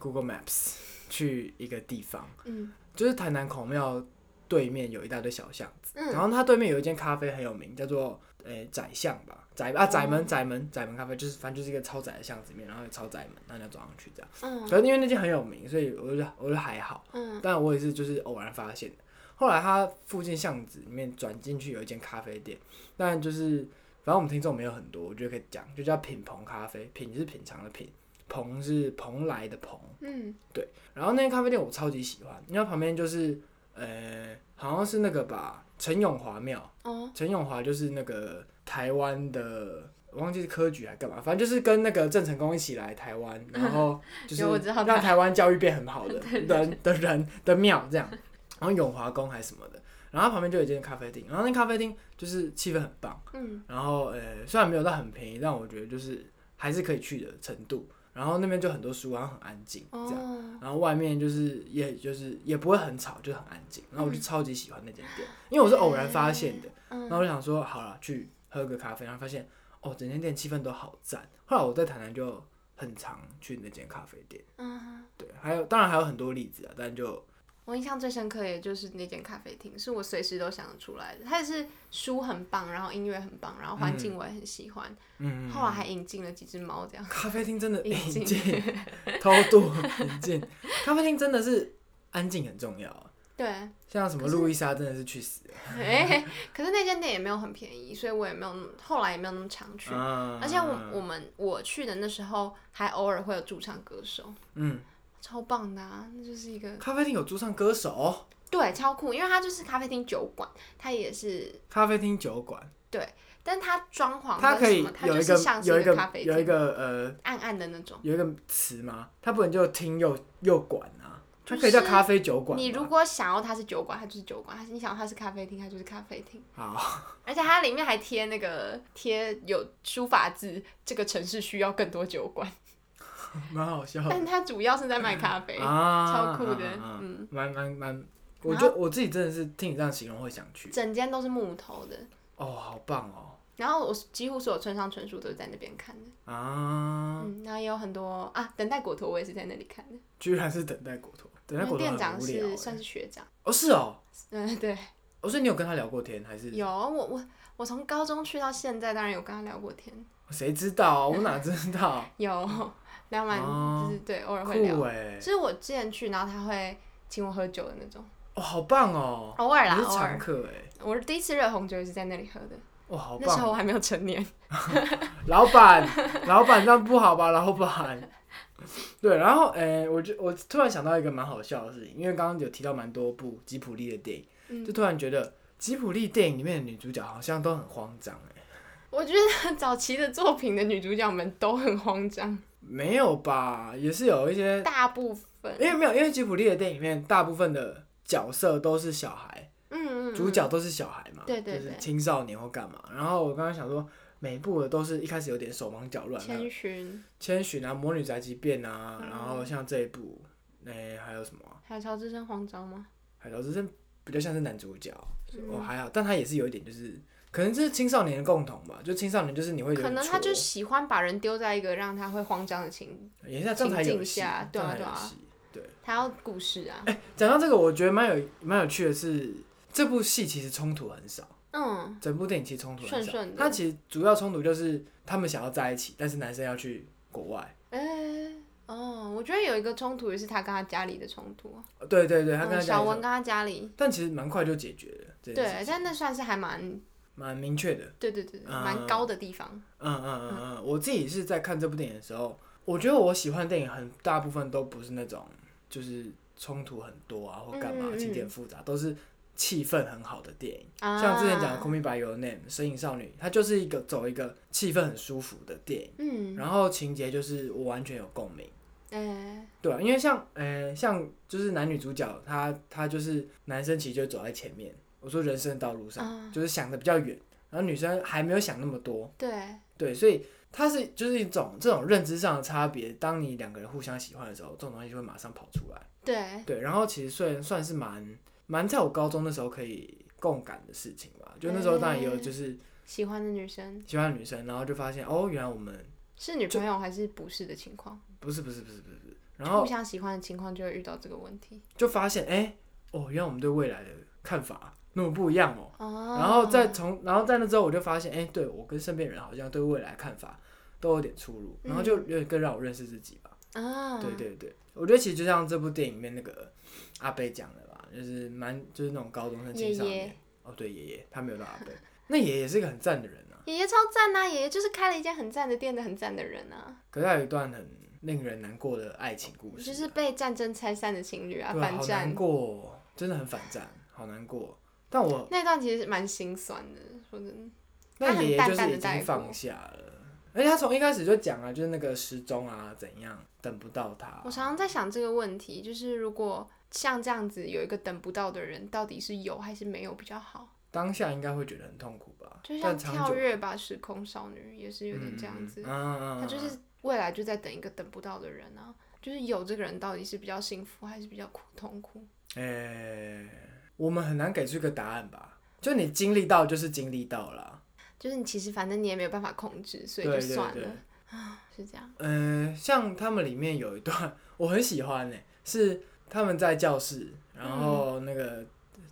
A: Google Maps 去一个地方，
B: 嗯
A: 就是台南孔庙对面有一大堆小巷子，然
B: 嗯，
A: 后它对面有一间咖啡很有名，叫做诶、窄巷吧，窄啊窄
B: 哦
A: 门窄门窄门咖啡，就是反正就是一个超窄的巷子里面，然后有超窄门，然后你要走上去这样。
B: 嗯
A: 可是因为那间很有名，所以我就我就还好，
B: 嗯
A: 但我也是就是偶然发现的。后来它附近巷子里面转进去有一间咖啡店，但就是反正我们听众没有很多，我觉得可以讲，就叫品鹏咖啡，品是品尝的品，鹏是蓬莱的鹏。
B: 嗯，
A: 然后那间咖啡店我超级喜欢，因为它旁边就是呃，好像是那个吧，陈永华庙。
B: 哦，
A: 陈永华就是那个台湾的，我忘记是科举还干嘛，反正就是跟那个郑成功一起来台湾，然
B: [laughs]
A: 后就是
B: 有我知道
A: 让
B: 他
A: 台湾教育变很好的
B: [laughs] 对对
A: 人的人的庙这样，然后永华宫还是什么的，然后它旁边就有一间咖啡厅，然后那咖啡厅就是气氛很棒。
B: 嗯
A: 然后呃，虽然没有到很便宜，但我觉得就是还是可以去的程度。然后那边就很多书，然后很安静这样。
B: 哦，
A: 然后外面就是也就是也不会很吵，就很安静。然后我就超级喜欢那间店，因为我是偶然发现的。然后
B: 嗯
A: 我就想说，好了，去喝个咖啡，然后发现哦，整间店气氛都好赞。后来我在台南就很常去那间咖啡店，
B: 嗯。
A: 对，还有当然还有很多例子啊，但就
B: 我印象最深刻也就是那间咖啡厅，是我随时都想得出来的。它也是书很棒，然后音乐很棒，然后环境我也很喜欢。
A: 嗯，
B: 后来还引进了几只猫，这样。
A: 咖啡厅真的
B: 引
A: 引
B: 进
A: 进偷渡引进，咖啡厅真的是安静很重要啊。
B: [laughs] 对，
A: [laughs] 像什么
B: 可是
A: 路易莎真的是去死
B: 哎、可是那间店也没有很便宜，所以我也没有那么后来也没有那么常去。
A: 啊！
B: 而且我我们我去的那时候，还偶尔会有驻唱歌手，
A: 嗯，
B: 超棒的啊！那就是一个
A: 咖啡厅有驻唱歌手，哦
B: 对超酷，因为它就是咖啡厅酒馆，它也是，
A: 咖啡厅酒馆，
B: 但它装潢
A: 它可
B: 跟什
A: 以
B: 么，它
A: 有
B: 就
A: 一
B: 是
A: 个
B: 像
A: 有
B: 是
A: 一
B: 咖
A: 个
B: 啡
A: 有一
B: 厅，
A: 个呃
B: 暗暗的那种。
A: 有一个词吗？它不能就听又又管啊，它可以叫
B: 就是
A: 咖啡酒馆吧。
B: 你如果想要它是酒馆，它就是酒馆；它你想要它是咖啡厅，它就是咖啡厅。
A: 好，
B: 而且它里面还贴那个贴有书法字，这个城市需要更多酒
A: [laughs]
B: 馆。
A: 蛮好笑的
B: 但它主要是在卖咖啡，
A: [laughs] 啊，
B: 超酷的。
A: 啊啊啊
B: 嗯，
A: 蛮蛮蛮，我
B: 然
A: 觉
B: 后
A: 得我自己真的是听你这样形容会想去。
B: 整间都是木头的。
A: 哦，好棒哦
B: 然后我几乎所有村上春树都是在那边看的，
A: 啊！
B: 嗯，然后也有很多啊，等待果陀我也是在那里看的，
A: 居然是等待果陀，等待
B: 因为
A: 果陀
B: 店
A: 很
B: 长
A: 无聊
B: 是
A: 欸
B: 算是学长，
A: 哦，是哦，
B: 嗯，对，
A: 哦，所以你有跟他聊过天还是？
B: 有我我我从高中去到现在，当然有跟他聊过天，
A: 谁知道啊？我
B: [laughs]
A: 哪知道？
B: 有聊完、
A: 嗯哦
B: 就是对，偶尔会聊，
A: 酷哎！
B: 就是我之前去，然后他会请我喝酒的那种，
A: 哦，好棒哦！
B: 偶尔啦，
A: 你是
B: 偶
A: 常
B: 尔。
A: 客哎，
B: 我第一次热红酒也是在那里喝的，
A: 哇，好
B: 那时候
A: 棒！
B: 我还没有成年。
A: 老板， [laughs] 老板这样不好吧，老板。 [laughs] 对，然后诶、我就我突然想到一个蛮好笑的事情，因为刚刚有提到蛮多部吉普力的电影，
B: 嗯
A: 就，突然觉得吉普力电影里面的女主角好像都很慌张哎、
B: 我觉得早期的作品的女主角们都很慌张，
A: 没有吧？也是有一些，
B: 大部分。
A: 因为没有，因为吉普力的电影里面大部分的角色都是小孩，
B: 嗯嗯，嗯
A: 主角都是小孩嘛，
B: 对对
A: 就
B: 对
A: 是青少年或干嘛。然后我刚刚想说，每一部的都是一开始有点手忙脚乱，啊
B: 千寻，
A: 千寻啊，魔女宅急便啊，
B: 嗯
A: 然后像这一部，哎、还有什么啊、
B: 还有乔治生慌张吗？
A: 海岛之声比较像是男主角，
B: 嗯
A: 哦还好，但他也是有一点就是，可能这是青少年的共同吧，就青少年就是你会有
B: 可
A: 点
B: 能他就
A: 挫
B: 喜欢把人丢在一个让他会慌张的情，
A: 也是这样才有
B: 情境
A: 戏
B: 下，
A: 这
B: 对
A: 样
B: 啊
A: 才有
B: 对啊
A: 戏。对，
B: 他要故事啊。
A: 讲到这个，我觉得蛮有蛮有趣的是，这部戏其实冲突很少。
B: 嗯，
A: 整部电影其实冲突很
B: 顺
A: 少
B: 顺的
A: 它其实主要冲突就是他们想要在一起，但是男生要去国外。
B: 哎、哦，我觉得有一个冲突也是他跟他家里的冲突啊，
A: 呃对对对，他跟他家
B: 嗯、小
A: 里
B: 文
A: 说，
B: 跟他家里，
A: 但其实蛮快就解决了，这件事
B: 对，但那算是还蛮，
A: 蛮明确的。
B: 对对对，对
A: 嗯
B: 蛮高的地方。
A: 嗯嗯嗯嗯，我自己是在看这部电影的时候，我觉得我喜欢的电影很大部分都不是那种就是冲突很多啊或干嘛
B: 嗯嗯
A: 情节复杂，都是气氛很好的电影。
B: 啊
A: 像之前讲的《Call Me by Your Name》《身影少女》，它就是一个走一个气氛很舒服的电影，
B: 嗯，
A: 然后情节就是我完全有共鸣。
B: 哎，
A: 对啊，因为像呃像就是男女主角他他就是男生其实就走在前面，我说人生的道路上、
B: 啊
A: 就是想的比较远，然后女生还没有想那么多，
B: 对，
A: 对，所以它是就是一种这种认知上的差别。当你两个人互相喜欢的时候，这种东西就会马上跑出来。
B: 对，
A: 对，然后其实虽然算是蛮蛮在我高中的时候可以共感的事情吧，就那时候当然也有就是
B: 喜欢的女生
A: 喜欢的女生，然后就发现哦，原来我们
B: 是女朋友还是不是的情况，
A: 不是不是不是不是不是，然
B: 就互
A: 后
B: 相喜欢的情况就会遇到这个问题。
A: 就发现哎、哦，原来我们对未来的看法那么不一样哦。
B: 哦，
A: 然后再从，然后在那之后，我就发现，哎、对我跟身边人好像对未来看法都有点出入，然后就有点更让我认识自己吧。
B: 啊，
A: 对对对，我觉得其实就像这部电影里面那个阿贝讲的吧，就是蛮就是那种高中生青少年。
B: 爷爷
A: 哦，对，爷爷他没有到阿贝， [laughs] 那爷爷是一个很赞的人啊。
B: 爷爷超赞呐、爷爷就是开了一间很赞的店的很赞的人啊，
A: 可是他有一段很令人难过的爱情故事，啊
B: 就是被战争拆散的情侣啊，
A: 对啊，
B: 反
A: 好
B: 战
A: 难过哦、真的很反战，好难过。但我
B: 那段其实蛮心酸的，说真的。 [laughs] 他
A: 那
B: 很
A: 爷爷
B: 淡
A: 就是
B: 淡地
A: 已
B: 带
A: 经
B: 过
A: 放下了，而且他从一开始就讲啊，就是那个时钟啊怎样等不到他，
B: 我常常在想这个问题，就是如果像这样子有一个等不到的人，到底是有还是没有比较好？
A: 当下应该会觉得很痛苦吧，
B: 就像
A: 但长
B: 跳
A: 久
B: 跃吧，时空少女也是有点
A: 嗯
B: 这样
A: 嗯
B: 子，
A: 嗯嗯嗯
B: 她就
A: 嗯
B: 是未来就在等一个等不到的人啊。就是有这个人到底是比较幸福还是比较苦痛苦？
A: 诶、呃我们很难给出一个答案吧？就你经历到就是经历到了，
B: 就是你其实反正你也没有办法控制，所以就
A: 对对
B: 算了，啊
A: 对。
B: 是这样。
A: 嗯、像他们里面有一段 [laughs] 我很喜欢呢、欸是他们在教室，然后那个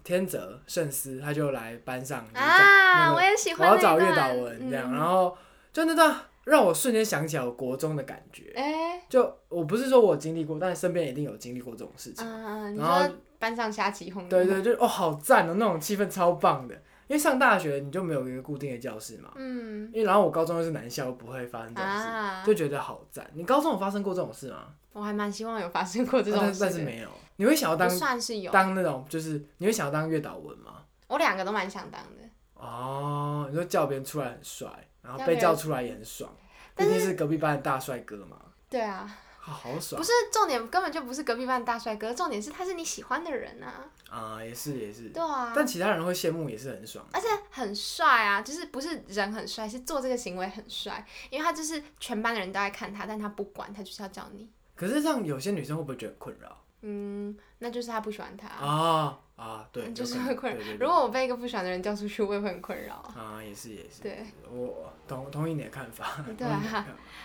A: 天泽圣司他就来班上就是讲那
B: 啊，
A: 个
B: 我也喜
A: 我
B: 欢
A: 要
B: 那
A: 找
B: 一
A: 月
B: 段
A: 岛文这样，
B: 嗯
A: 然后就那段让我瞬间想起来我国中的感觉。
B: 哎、
A: 就我不是说我经历过，但是身边一定有经历过这种事情。
B: 啊，你
A: 然后
B: 说班上瞎起哄，
A: 对对，，就是哦，好赞哦，那种气氛超棒的。因为上大学你就没有一个固定的教室嘛，
B: 嗯
A: 因为然后我高中又是男校，不会发生这种事，
B: 啊，
A: 就觉得好赞。你高中有发生过这种事吗？
B: 我还蛮希望有发生过这种
A: 啊但
B: 事的，
A: 但是没有。你会想要
B: 不
A: 当
B: 算是有，
A: 当那种就是你会想要当月岛文吗？
B: 我两个都蛮想当的，
A: 哦，你说叫别人出来很帅，然后
B: 叫别
A: 被
B: 人
A: 叫出来也很爽，毕
B: 但
A: 竟是隔壁班的大帅哥嘛，
B: 对啊，
A: 好好爽
B: 不是重点，根本就不是隔壁班的大帅哥，重点是他是你喜欢的人啊，
A: 啊、也是也是。
B: 对啊，
A: 但其他人会羡慕也是很爽。
B: 而且很帅啊，就是不是人很帅，是做这个行为很帅，因为他就是全班的人都在看他，但他不管，他就是要叫你，
A: 可是像有些女生会不会觉得很困扰
B: 嗯，那就是他不喜欢他。
A: 啊啊？对，
B: 就
A: 有
B: 是
A: 可能
B: 会困
A: 对对
B: 扰。
A: 对
B: 如果我被一个不喜欢的人叫出去，我也会很困扰啊。
A: 啊，也是也是， [laughs]
B: 对，
A: 我同同意你的看法。
B: 对啊
A: 同意你的看法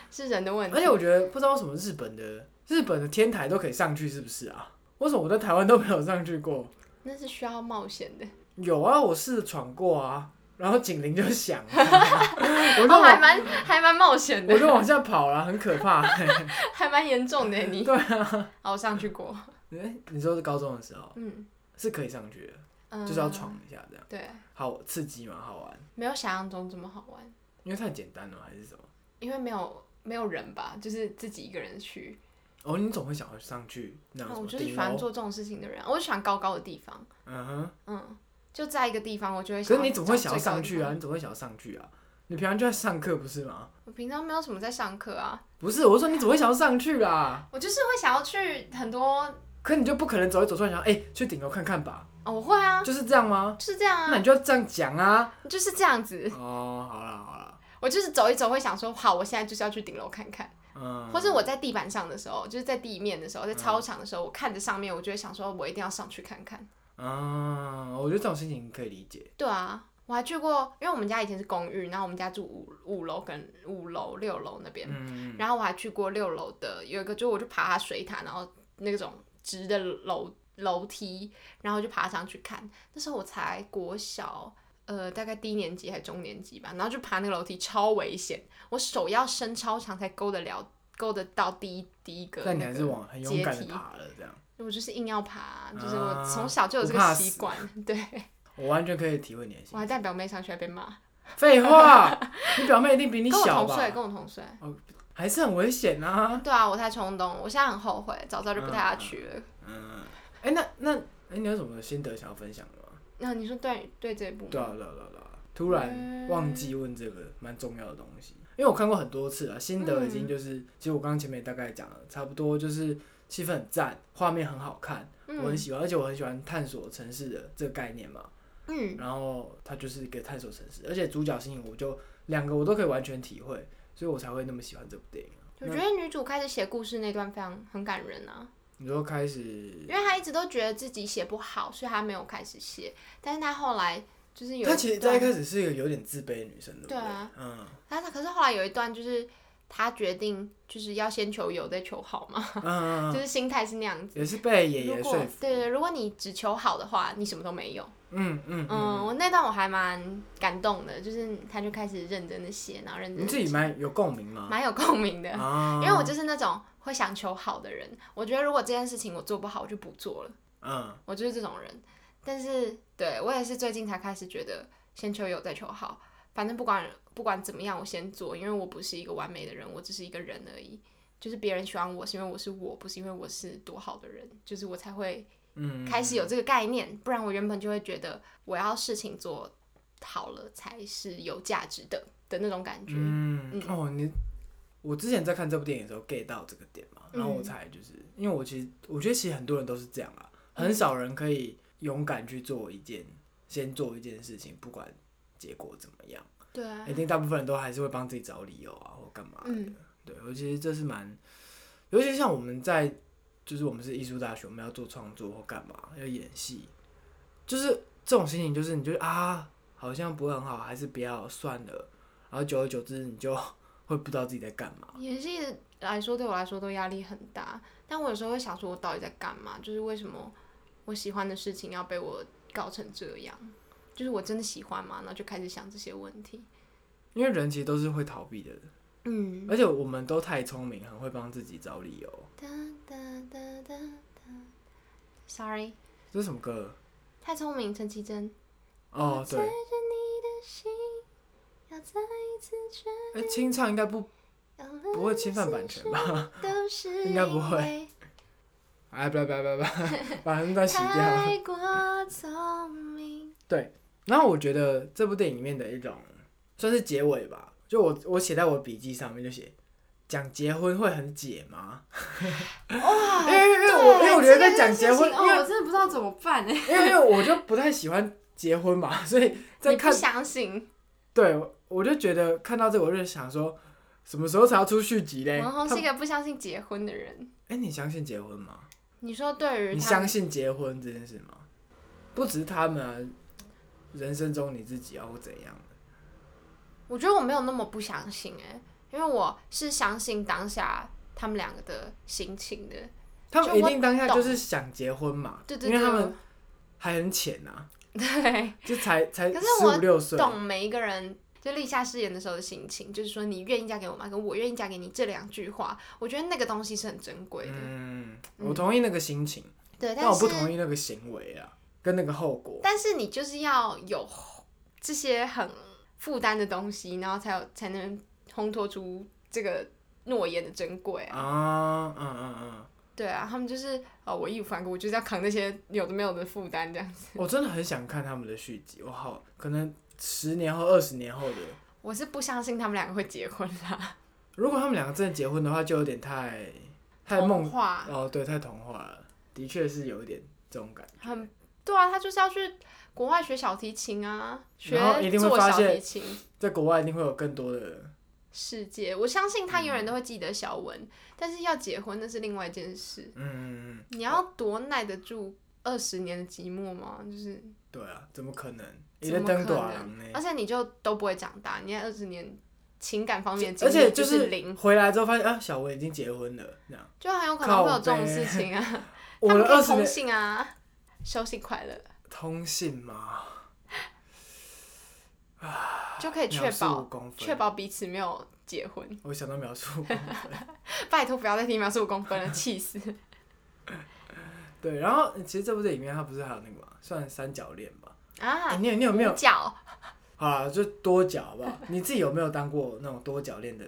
B: 是人的问题。
A: 而且我觉得不知道为什么日本的日本的天台都可以上去，是不是啊？为什么我在台湾都没有上去过？
B: 那是需要冒险的，
A: 有啊，我试着闯过啊，然后警铃就响了， [laughs] 我就
B: 哦， [laughs] 还
A: 往
B: 蛮还蛮冒险的
A: 我，就往下跑了，很可怕、 [laughs]
B: 还蛮严重的你。
A: 对
B: 啊，我上去过，
A: 哎，你说是高中的时候
B: 嗯，
A: 是可以上去的，
B: 嗯
A: 就是要闯。一下这样，
B: 对，
A: 好刺激嘛，好玩，
B: 没有想象中这么好玩，
A: 因为太简单了还是什么？
B: 因为没有没有人吧，就是自己一个人去。
A: 哦，你总会想要上去那种
B: 啊
A: 什
B: 我
A: 么
B: 就是喜
A: 顶
B: 欢
A: 楼，
B: 做这种事情的人，啊我就喜欢高高的地方，
A: 嗯哼。
B: 嗯，就在一个地方，我就会
A: 可
B: 想。
A: 是你总会想要上去啊，？你总会想要上去啊。你平常就在上课不是吗？
B: 我平常没有什么在上课啊，
A: 不是，我说你总会想要上去啦。
B: 我就是会想要去很多，
A: 可你就不可能走一走突然想，哎、去顶楼看看吧，
B: 哦，我会啊，
A: 就是这样吗？
B: 就是这样啊
A: 那。你就要这样讲啊。
B: 就是这样子，
A: 哦，好啦好啦，
B: 我就是走一走，会想说，好，我现在就是要去顶楼看看，
A: 嗯，
B: 或是我在地板上的时候，就是在地面的时候，在操场的时候，我看着上面，我就会想说，我一定要上去看看。
A: 啊，我觉得这种心情可以理解。
B: 对啊，我还去过，因为我们家以前是公寓，然后我们家住五五楼跟五楼六楼那边，
A: 嗯，
B: 然后我还去过六楼的有一个，就我就爬它水塔，然后那种直的楼楼梯，然后就爬上去看。那时候我才国小，呃，大概低年级还中年级吧，然后就爬那个楼梯超危险，我手要伸超长才勾得了，勾得到第一第一个、那
A: 但
B: 个
A: 你还是往很勇敢
B: 阶
A: 的
B: 梯
A: 爬了，这样，
B: 我就是硬要爬，就是我
A: 啊
B: 从小就有这
A: 不
B: 个
A: 怕
B: 习
A: 死
B: 惯。对，
A: 我完全可以体会你的
B: 我
A: 心
B: 还
A: 情。
B: 带表妹上去还被骂，
A: 废话，你表妹一定比你
B: 跟我
A: 小
B: 同
A: 吧？
B: 岁，跟我同岁。
A: 还是很危险啊。
B: 对啊，我太冲动了，我现在很后悔，早知道就不带他
A: 嗯嗯
B: 去了。
A: 嗯，哎、那那哎、你有什么心得想要分享的吗？
B: 那、你说对对这一部吗？
A: 对啊，对啊，对啊，对啊突然忘记问这个蛮重要的东西，
B: 嗯
A: 因为我看过很多次啊，心得已经就是，其实我刚刚前面也大概讲了，差不多就是气氛很赞，画面很好看，
B: 嗯
A: 我很喜欢，而且我很喜欢探索城市的这个概念嘛。
B: 嗯
A: 然后它就是一个探索城市，而且主角心情我就两个我都可以完全体会，所以我才会那么喜欢这部电影啊。
B: 我觉得女主开始写故事那段非常很感人啊，
A: 你说开始
B: 因为她一直都觉得自己写不好，所以她没有开始写。但是她后来就是有
A: 她
B: 一
A: 其实在一
B: 段，
A: 开始是一个有点自卑的女生，对不
B: 对啊
A: 嗯，
B: 她她可是后来有一段就是她决定就是要先求有再求好嘛，
A: 嗯嗯，嗯
B: [laughs] 就是心态是那样子。
A: 也是被爷
B: 如
A: 爷说
B: 果对
A: 服。
B: 对，如果你只求好的话，你什么都没有。
A: 嗯嗯
B: 嗯，
A: 嗯，
B: 我那段我还蛮感动的，就是她就开始认真的写，然后认
A: 你
B: 真
A: 自
B: 地
A: 己蛮有共鸣吗？
B: 嗯蛮有共鸣的。
A: 啊
B: 因为我就是那种会想求好的人，我觉得如果这件事情我做不好，我就不做了，
A: 嗯
B: 我就是这种人。但是对我也是最近才开始觉得，先求有再求好，反正不管不管怎么样，我先做，因为我不是一个完美的人，我只是一个人而已。就是别人喜欢我是因为我是我，不是因为我是多好的人，就是我才会
A: 嗯，
B: 开始有这个概念，不然我原本就会觉得我要事情做好了才是有价值的的那种感觉。
A: 嗯
B: 嗯
A: 哦，你我之前在看这部电影的时候 get 到这个点嘛，然后我
B: 嗯
A: 才就是、因为我其实我觉得其实很多人都是这样啊，
B: 嗯
A: 很少人可以勇敢去做一件先做一件事情，不管结果怎么样，
B: 对啊，
A: 一定大部分人都还是会帮自己找理由啊或干嘛的。
B: 嗯
A: 对，尤其是这是蛮，尤其像我们在就是我们是艺术大学，我们要做创作或干嘛，要演戏，就是这种心情，就是你就啊，好像不会很好，还是不要算了，然后久而久之，你就 [laughs] 会不知道自己在干嘛。
B: 演戏来说，对我来说都压力很大。但我有时候会想说，我到底在干嘛？就是为什么我喜欢的事情要被我搞成这样？就是我真的喜欢吗？然后就开始想这些问题。
A: 因为人其实都是会逃避的人，
B: 嗯，
A: 而且我们都太聪明，很会帮自己找理由。
B: 哒哒哒哒哒。Sorry，
A: 这是什么歌？
B: 太聪明，陈绮贞。
A: 哦
B: 我，
A: 对
B: 猜着，你的心，要再一次确
A: 哎、清唱应该不
B: 认
A: 不会侵犯版权吧？
B: 都是
A: [laughs] 应该不会
B: 因为
A: 哎，不要不要不要 [laughs] 不要，把 [laughs] 那段洗掉。
B: 太过聪明。
A: 然后我觉得这部电影里面的一种算是结尾吧，就我我写在我笔记上面就写讲结婚会很解吗？
B: 哇哦
A: 因为因为我因为我觉得在讲结婚，
C: 这个事情
A: 因为
C: 哦，我真的不知道怎么办哎。
A: 因为因为我就不太喜欢结婚嘛， [laughs] 所以 [laughs] 在
B: 你不
A: 看
B: 相信？
A: 对我就觉得看到这个我就想说什么时候才要出续集嘞？
B: 王红
A: 他
B: 哦是一
A: 们
B: 个不相信结婚的人。
A: 哎，你相信结婚吗？
B: 你说对于
A: 你
B: 他
A: 相
B: 们，
A: 信结婚这件事吗？不只是他们啊，人生中你自己要怎样的？
B: 我觉得我没有那么不相信哎、因为我是相信当下他们两个的心情的。
A: 他们
B: 就
A: 一
B: 我
A: 定当下就
B: 懂
A: 是想结婚嘛，
B: 对对
A: 因
B: 对，
A: 为他们还很浅呐、 [laughs]
B: 对
A: 就才才
B: 可是
A: 十
B: 我
A: 五六岁，
B: 懂每一个人。就立下誓言的时候的心情，就是说你愿意嫁给我吗？跟我愿意嫁给你这两句话，我觉得那个东西是很珍贵的。
A: 嗯，我同意那个心情，
B: 对，
A: 但
B: 但
A: 我
B: 是
A: 不同意那个行为啊，跟那个后果。
B: 但是你就是要有这些很负担的东西，然后才有才能烘托出这个诺言的珍贵啊。
A: 啊，嗯嗯嗯，
B: 对啊，他们就是呃，我义无反顾，我就是要扛那些有的没有的负担这样子。
A: 我真的很想看他们的续集，我好可能十年后、二十年后的，
B: 我是不相信他们两个会结婚啦，
A: 如果他们两个真的结婚的话，就有点太太
B: 童
A: 梦
B: 话
A: 哦，对，太童话了，的确是有一点这种感觉。
B: 很对啊，他就是要去国外学小提琴啊，学
A: 然后一定会
B: 做
A: 发
B: 小
A: 现
B: 提琴。
A: 在国外一定会有更多的，
B: 世界，我相信他永远都会记得小文，但是要结婚那是另外一件事。
A: 嗯，
B: 你要多耐得住二十年的寂寞吗？就是
A: 对啊，怎么可能？一
B: 怎
A: 个
B: 么
A: 灯
B: 可
A: 短郎呢
B: 能？？而且你就都不会长大，你在二十年情感方面的
A: 而
B: 经
A: 且
B: 历就是零，
A: 回来之后发现啊，小文已经结婚了，那样。
B: 就很有可能会有这
A: 靠
B: 种
A: 北
B: 事情啊。
A: 我
B: 们
A: 的
B: 可
A: 二
B: 以
A: 十
B: 通
A: 年
B: 信啊，收信快乐
A: 通信吗？
B: 就可以确
A: 描述啊五
B: 保
A: 公分
B: 确保彼此没有结婚。 [laughs]
A: 我想到描述五公分。
B: 拜托不要再提描述五公
A: [laughs]
B: 分了，气死！
A: 对，然后其实这部电影里面它不是还有那个嘛，算三角恋吧？哎
B: 啊，
A: 你有你有没有
B: 五？角
A: 好啦，就多角吧。你自己有没有当过那种多角恋的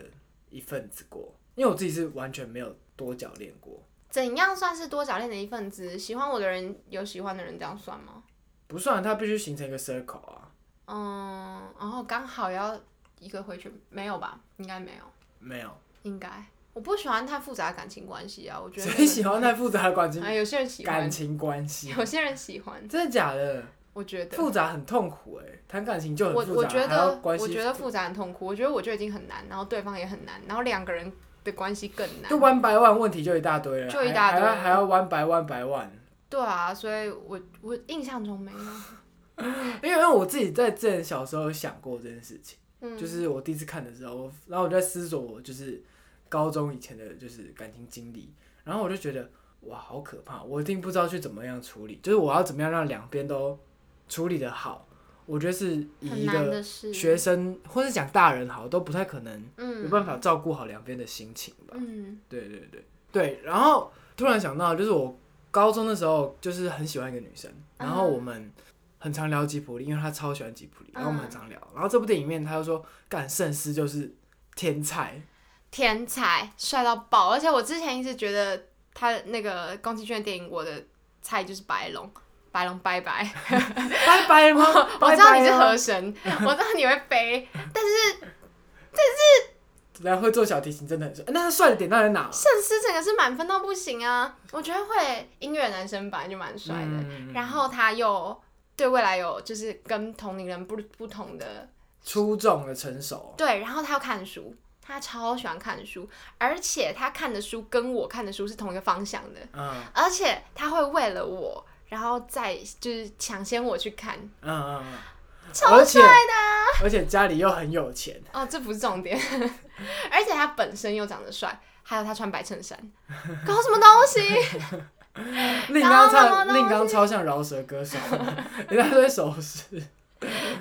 A: 一份子过？因为我自己是完全没有多角练过，
B: 怎样算是多角恋的一份子？喜欢我的人有喜欢的人，这样算吗？
A: 不算，它必须形成一个 circle 啊，
B: 嗯，然后刚好要一个回去，没有吧？应该没有，
A: 没有。
B: 应该。我不喜欢太复杂的感情关系啊，我觉得那
A: 谁
B: 个
A: 喜欢太复杂的感情
B: 啊，有些人喜欢
A: 感，情关系？
B: 有些人喜欢，
A: 真的假的？
B: 我觉得。
A: 复杂很痛苦哎、谈感情就很
B: 我
A: 复杂，
B: 我觉
A: 还要
B: 得
A: 关系
B: 我觉得复杂很痛苦，我觉得我就已经很难，然后对方也很难，然后两个人的关系更难
A: 就。one by one 问题就一大堆了，
B: 就一大堆
A: 还还要还要 one by one by
B: [laughs]
A: one。
B: 对啊，所以我我印象中没有，
A: 因为因为我自己在之前小时候有想过这件事情，
B: 嗯，
A: 就是我第一次看的时候，我然后我就在思索我就是高中以前的就是感情经历，然后我就觉得哇好可怕，我一定不知道去怎么样处理，就是我要怎么样让两边都处理的好，我觉得是以
B: 很
A: 一
B: 难
A: 个
B: 的事。
A: 学生或者讲大人好都不太可能有
B: 嗯
A: 办法照顾好两边的心情吧。
B: 嗯
A: 对对对对，然后突然想到，就是我高中的时候，就是很喜欢一个女生，然后
B: 嗯
A: 我们很常聊吉普力，因为她超喜欢吉普力，然后我们很
B: 嗯
A: 常聊。然后这部电影里面，她就说，干圣斯就是天
B: [laughs]
A: 才，
B: 天才帅到爆，而且我之前一直觉得他那个宫崎骏的电影，我的菜就是白龙，白龙拜拜。
A: [laughs] 拜拜吗？
B: 我
A: 拜
B: 知道你
A: 拜哦
B: 是
A: 吗 [laughs]
B: 河神，我知道你会飞，
A: 然后会做小提琴，真的很帅。那他帅的点到底在哪？
B: 圣斯整个是满分到不行啊！我觉得会音乐男生本来就蛮帅的，
A: 嗯
B: 然后他又对未来有就是跟同龄人不不同的
A: 出众的成熟，
B: 对，然后他要看书，他超喜欢看书，而且他看的书跟我看的书是同一个方向的，
A: 嗯
B: 而且他会为了我，然后再就是抢先我去看，
A: 嗯嗯，嗯
B: 超帅的啊
A: 而且家里又很有钱，
B: 哦，这不是重点， [laughs] 而且他本身又长得帅，还有他穿白衬衫，搞什么东西？
A: [laughs] 令刚
B: 然后
A: 唱，
B: 呢
A: 令刚超像饶舌歌
B: [laughs]
A: 手，嗯 [laughs] 人家都会手势，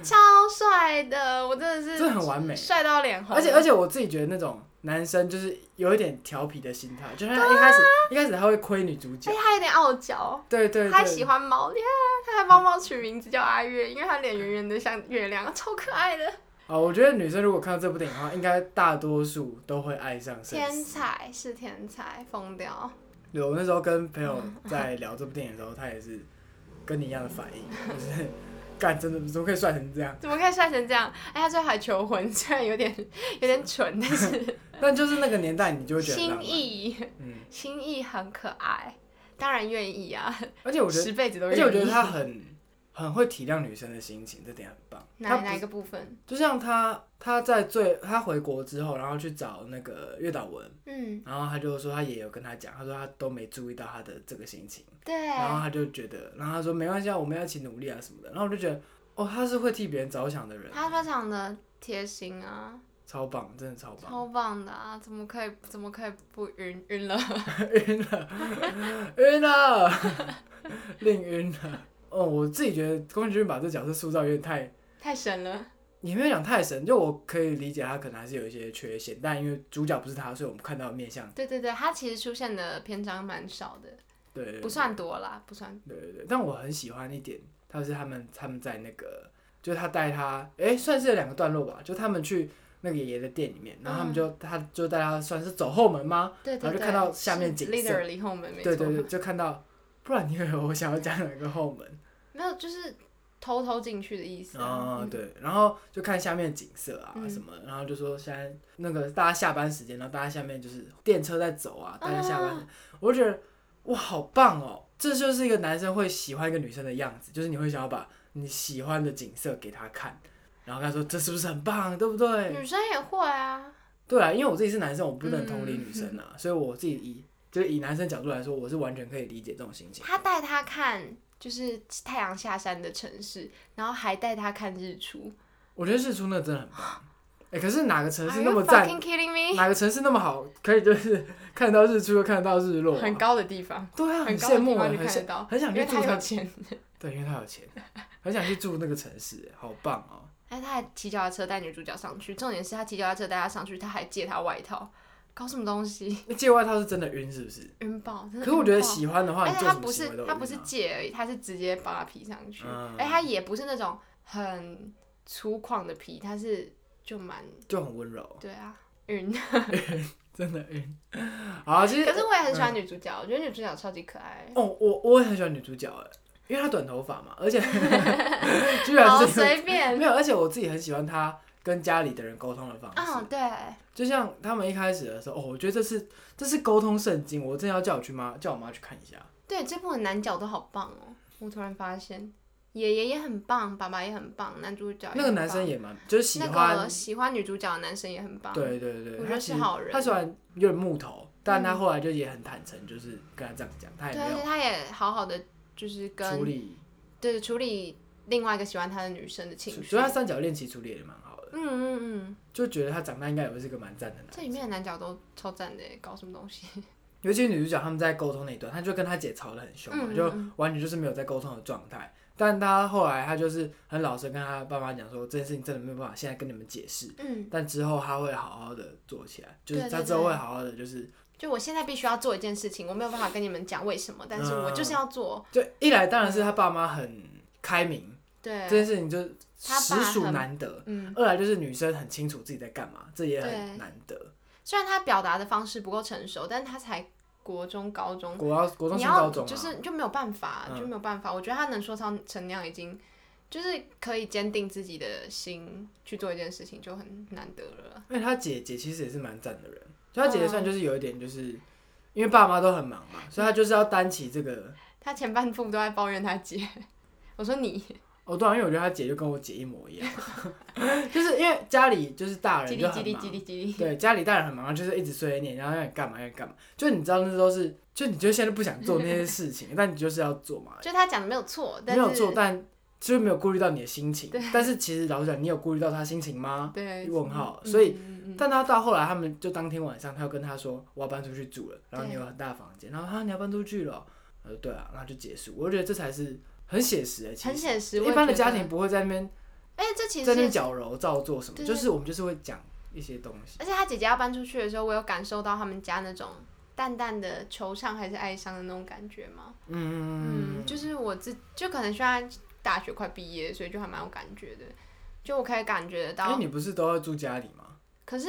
B: 超帅的，我真的
A: 这
B: 是
A: 很完美。
B: 帅到脸红。
A: 而且而且我自己觉得那种男生就是有一点调皮的心态，就是他一开始、一开始他会亏女主角
B: 而且，他有点傲娇，
A: 对对对，
B: 他还喜欢猫，你看他还帮猫取名字叫阿月，因为他脸圆圆的像月亮，超可
A: [laughs]
B: 爱的
A: 啊、我觉得女生如果看到这部电影的话，应该大多数都会爱上圣
B: 天
A: 斯。
B: 才是天才，疯掉。
A: 对，我那时候跟朋友在聊这部电影的时候，他也是跟你一样的反
B: [laughs]
A: 应，就是干真的怎么可以帅成这样？
B: 怎么可以帅成这样？哎，他最后还求婚，虽然有点 [laughs] 有点蠢，但是
A: 但就是那个年代，你就会觉得很浪
B: 心
A: 漫，
B: 意
A: 嗯，
B: 心意很可爱，当然愿意啊，
A: 而且我觉得，
B: 十辈子都
A: 而
B: 愿
A: 且
B: 意。
A: 我觉得他很很会体谅女生的心情，这点很棒。他
B: 哪
A: 不
B: 哪一个部分？
A: 就像他他在最他回国之后，然后去找那个月岛文，
B: 嗯，
A: 然后他就说他也有跟他讲，他说他都没注意到他的这个心情，
B: 对，
A: 然后他就觉得，然后他说没关系，啊，我们要一起努力啊什么的，然后我就觉得哦，他是会替别人着想的人，
B: 他非常的贴心啊。
A: 超棒，真的超棒，
B: 超棒的啊！怎么可以怎么可以不晕晕了？
A: 晕了，晕了， [laughs] 令晕了。哦，我自己觉得宫崎骏把这角色塑造有点太，
B: 太神了！
A: 也没有讲太神，就我可以理解他可能还是有一些缺陷，但因为主角不是他，所以我们看到的面相，
B: 对对对，他其实出现的篇章蛮少的，
A: 对对对
B: 不算多啦，不算。
A: 对对对，但我很喜欢一点，他是他们他们在那个，就是他带他，哎、算是有两个段落吧，就他们去那个爷爷的店里面，然后他们
B: 嗯
A: 就、他就带他算是走后门吗？
B: 对
A: 然
B: 对
A: 后
B: 对，
A: 就看到下面景色
B: l e a d e r 离后门没错。
A: 对对对，就看到，不然你以为我想要讲哪个后门？
B: 没有就是偷偷进去的意思
A: 啊、
B: 啊。嗯
A: 对，然后就看下面景色啊
B: 嗯
A: 什么，然后就说现在那个大家下班时间，然后大家下面就是电车在走啊，大家下
B: 哦
A: 班，我就觉得哇，好棒哦！这就是一个男生会喜欢一个女生的样子，就是你会想要把你喜欢的景色给她看，然后跟她说这是不是很棒，对不对？
B: 女生也会啊，
A: 对啊，因为我自己是男生，我不能同
B: 嗯
A: 理女生啊，所以我自己以就是以男生角度来说，我是完全可以理解这种心情。
B: 他带他看就是太阳下山的城市，然后还带他看日出。
A: 我觉得日出那个真的很
B: [gasps]
A: 棒，哎、可是哪个城
B: Are
A: 市
B: you
A: 那么赞
B: fucking kidding
A: [laughs]
B: me？
A: 哪个城市那么好，可以就是 [laughs] 看得到日出又看得到日落、啊，
B: 很高的地方，
A: 对啊，
B: 很高的
A: 羡
B: 地
A: 慕啊，
B: 方
A: 很
B: 就看得
A: 想
B: 到，
A: 很想
B: 因
A: 去
B: 为
A: 住
B: 他有
A: 他，
B: 钱。
A: 对，因为他有钱，很想去住那个城市，好棒哦！
B: 哎，他还骑脚踏车带女主角上去，重点是他骑脚踏车带她上去，他还借她外套，搞什么东西？
A: 那借外套是真的晕是不是？
B: 晕爆！真的
A: 可是我觉得
B: 晕爆，
A: 喜欢的话，
B: 嗯而
A: 你
B: 且
A: 做
B: 他
A: 什
B: 不
A: 么行为
B: 是
A: 都
B: 他不是
A: 晕啊
B: 借而已，他是直接把她披上去，
A: 嗯
B: 哎、他也不是那种很粗犷的皮，他是就蛮
A: 就很温柔，
B: [laughs] 对啊，晕。
A: 真的晕。好，其实
B: 可是我也很
A: 嗯
B: 喜欢女主角，我觉得女主角超级可爱。
A: 哦，我我也很喜欢女主角哎，因为她短头发嘛，而且 [laughs] 居 [laughs] 然
B: 好
A: 是因为
B: 随便
A: [laughs] 没有，而且我自己很喜欢她跟家里的人沟通的方式。
B: 啊、对，
A: 就像他们一开始的时候，哦，我觉得这是这是沟通圣经，我真的要叫我去妈叫我妈去看一下。
B: 对，这部的男角都好棒哦！我突然发现，爷爷也很棒，爸爸也很棒，男主角也
A: 那个
B: 很
A: 男生
B: 哎棒
A: 也蛮就是喜
B: 那
A: 欢
B: 个，喜欢女主角的男生也很棒。
A: 对对对，
B: 我觉得
A: 他
B: 是
A: 其实
B: 好人嗯
A: 他虽然有点木头，但他后来就也很坦诚，就是跟他这样讲，他
B: 对，
A: 也没
B: 而且
A: 有
B: 他也好好的就是
A: 处
B: 跟
A: 理，
B: 对处理另外一个喜欢他的女生的情绪。
A: 所以他三角恋其实处理也蛮好的，
B: 嗯嗯嗯，
A: 就觉得他长大应该也会是个蛮赞的男
B: 这里
A: 人。
B: 面的男角都超赞的耶，欸搞什么东西？
A: 尤其是女主角他们在沟通那一段，他就跟他姐吵得很凶嘛，
B: 嗯嗯
A: 就完全就是没有在沟通的状态。但他后来他就是很老实跟他爸妈讲说，这件事情真的没有办法现在跟你们解释，
B: 嗯，
A: 但之后他会好好的做起来，就是
B: 对
A: 他
B: 对
A: 之后会
B: 对
A: 好好的，就是
B: [laughs] 就我现在必须要做一件事情，我没有办法跟你们讲为什么，但是我
A: 嗯
B: 就是要做。
A: 就一来当然是他爸妈很开明，这
B: 对，
A: 件事情就是
B: 他
A: 实
B: 爸
A: 属
B: 很
A: 难得。
B: 嗯，
A: 二来就是女生很清楚自己在干嘛，这也
B: 对
A: 很难得。
B: 虽然他表达的方式不够成熟，但他才国中、高中，
A: 国高国中
B: 你
A: 升
B: 要
A: 高中、啊，
B: 就是就没有办法，
A: 嗯
B: 就没有办法。我觉得他能说唱成那样，已经就是可以坚定自己的心去做一件事情，就很难得了。
A: 因为他姐姐其实也是蛮赞的人，
B: 哦
A: 就他姐姐算就是有一点就是。因为爸妈都很忙嘛，所以他就是要担起这个。
B: 他前半部都在抱怨他姐， [laughs] 我说你
A: 哦，对啊，因为我觉得他姐就跟我姐一模一样，啊 [laughs] 就是因为家里就是大
B: 叽
A: 人
B: 哩
A: 就
B: 叽
A: 很
B: 哩
A: 忙
B: 叽，哩叽哩，
A: 对，家里大人很忙，就是一直催你，然后让你干嘛要你干嘛，就你知道那都是，就你就现在不想做那些事
B: [laughs]
A: 情，但你就是要做嘛，
B: 就他讲的没有错，但
A: 没
B: 是
A: 有做，但就是没有顾虑到你的心情。但是其实老实讲，你有顾虑到他心情吗？
B: 对
A: 问号。
B: 嗯
A: 所以，
B: 嗯嗯嗯
A: 但他到后来，他们就当天晚上，他又跟他说我要搬出去住了，然后你有很大的房间，然后啊你要搬出去了哦，呃对啊，然后就结束。我就觉得这才是很写实的，其实
B: 很写实，
A: 一般的家
B: 我也
A: 庭
B: 觉得，
A: 不会在那边
B: 哎，这其
A: 在那
B: 实
A: 边
B: 也是。
A: 矫揉造作什么，
B: 对
A: 就
B: 对
A: 是我们就是会讲一些东西。
B: 而且他姐姐要搬出去的时候，我有感受到他们家那种淡淡的惆怅还是哀伤的那种感觉吗？
A: 嗯
B: 嗯，就是我自就可能现在大学快毕业，所以就还蛮有感觉的，就我可以感觉得
A: 因为
B: 到。
A: 哎你不是都要住家里吗？
B: 可是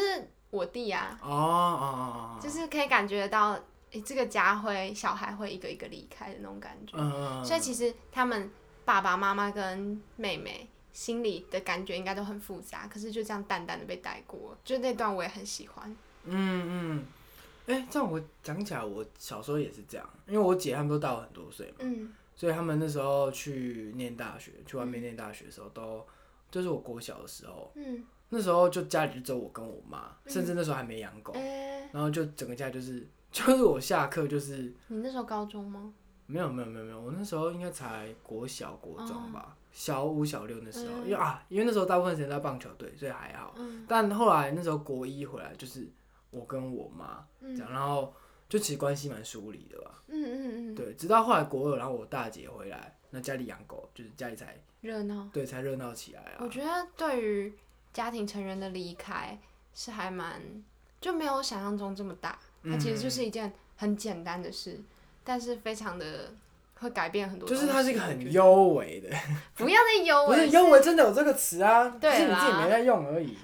B: 我弟呀、
A: 哦哦哦哦，
B: 就是是可以感觉得到，诶、这个家会小孩会一个一个离开的那种感觉。
A: 嗯，
B: 所以其实他们爸爸妈妈跟妹妹心里的感觉应该都很复杂，可是就这样淡淡的被带过，就那段我也很喜欢。
A: 嗯，嗯，哎、这样我讲起来，我小时候也是这样，因为我姐他们都大我很多岁嘛，
B: 嗯，
A: 所以他们那时候去念大学，去外面念大学的时候都，就是我国小的时候，
B: 嗯，
A: 那时候就家里就只有我跟我妈，
B: 嗯
A: 甚至那时候还没养狗，
B: 诶、
A: 然后就整个家就是，就是我下课就是
B: 你那时候高中吗？
A: 没有没有没有没有，我那时候应该才国小国中吧，小五小六那时候，
B: 哦嗯
A: 因为啊，因为那时候大部分时间在棒球队，所以还好。
B: 嗯
A: 但后来那时候国一回来，就是我跟我妈
B: 嗯
A: 这样，然后就其实关系蛮疏离的吧。
B: 嗯嗯嗯嗯，
A: 对，直到后来国二，然后我大姐回来，那家里养狗，就是家里才
B: 热闹。
A: 对才热闹起来
B: 我
A: 啊。
B: 觉得对于家庭成员的离开是还蛮就没有想象中这么大，它其实就是一件很简单的事，但是非常的会改变很多东
A: 就
B: 西。
A: 是它是一个
B: 我觉
A: 很
B: 得
A: 优微的，
B: 不要再优
A: 不
B: 为
A: 是优微真的有这个词啊，只
B: 对
A: 是你自己
B: 啦
A: 没在用而已。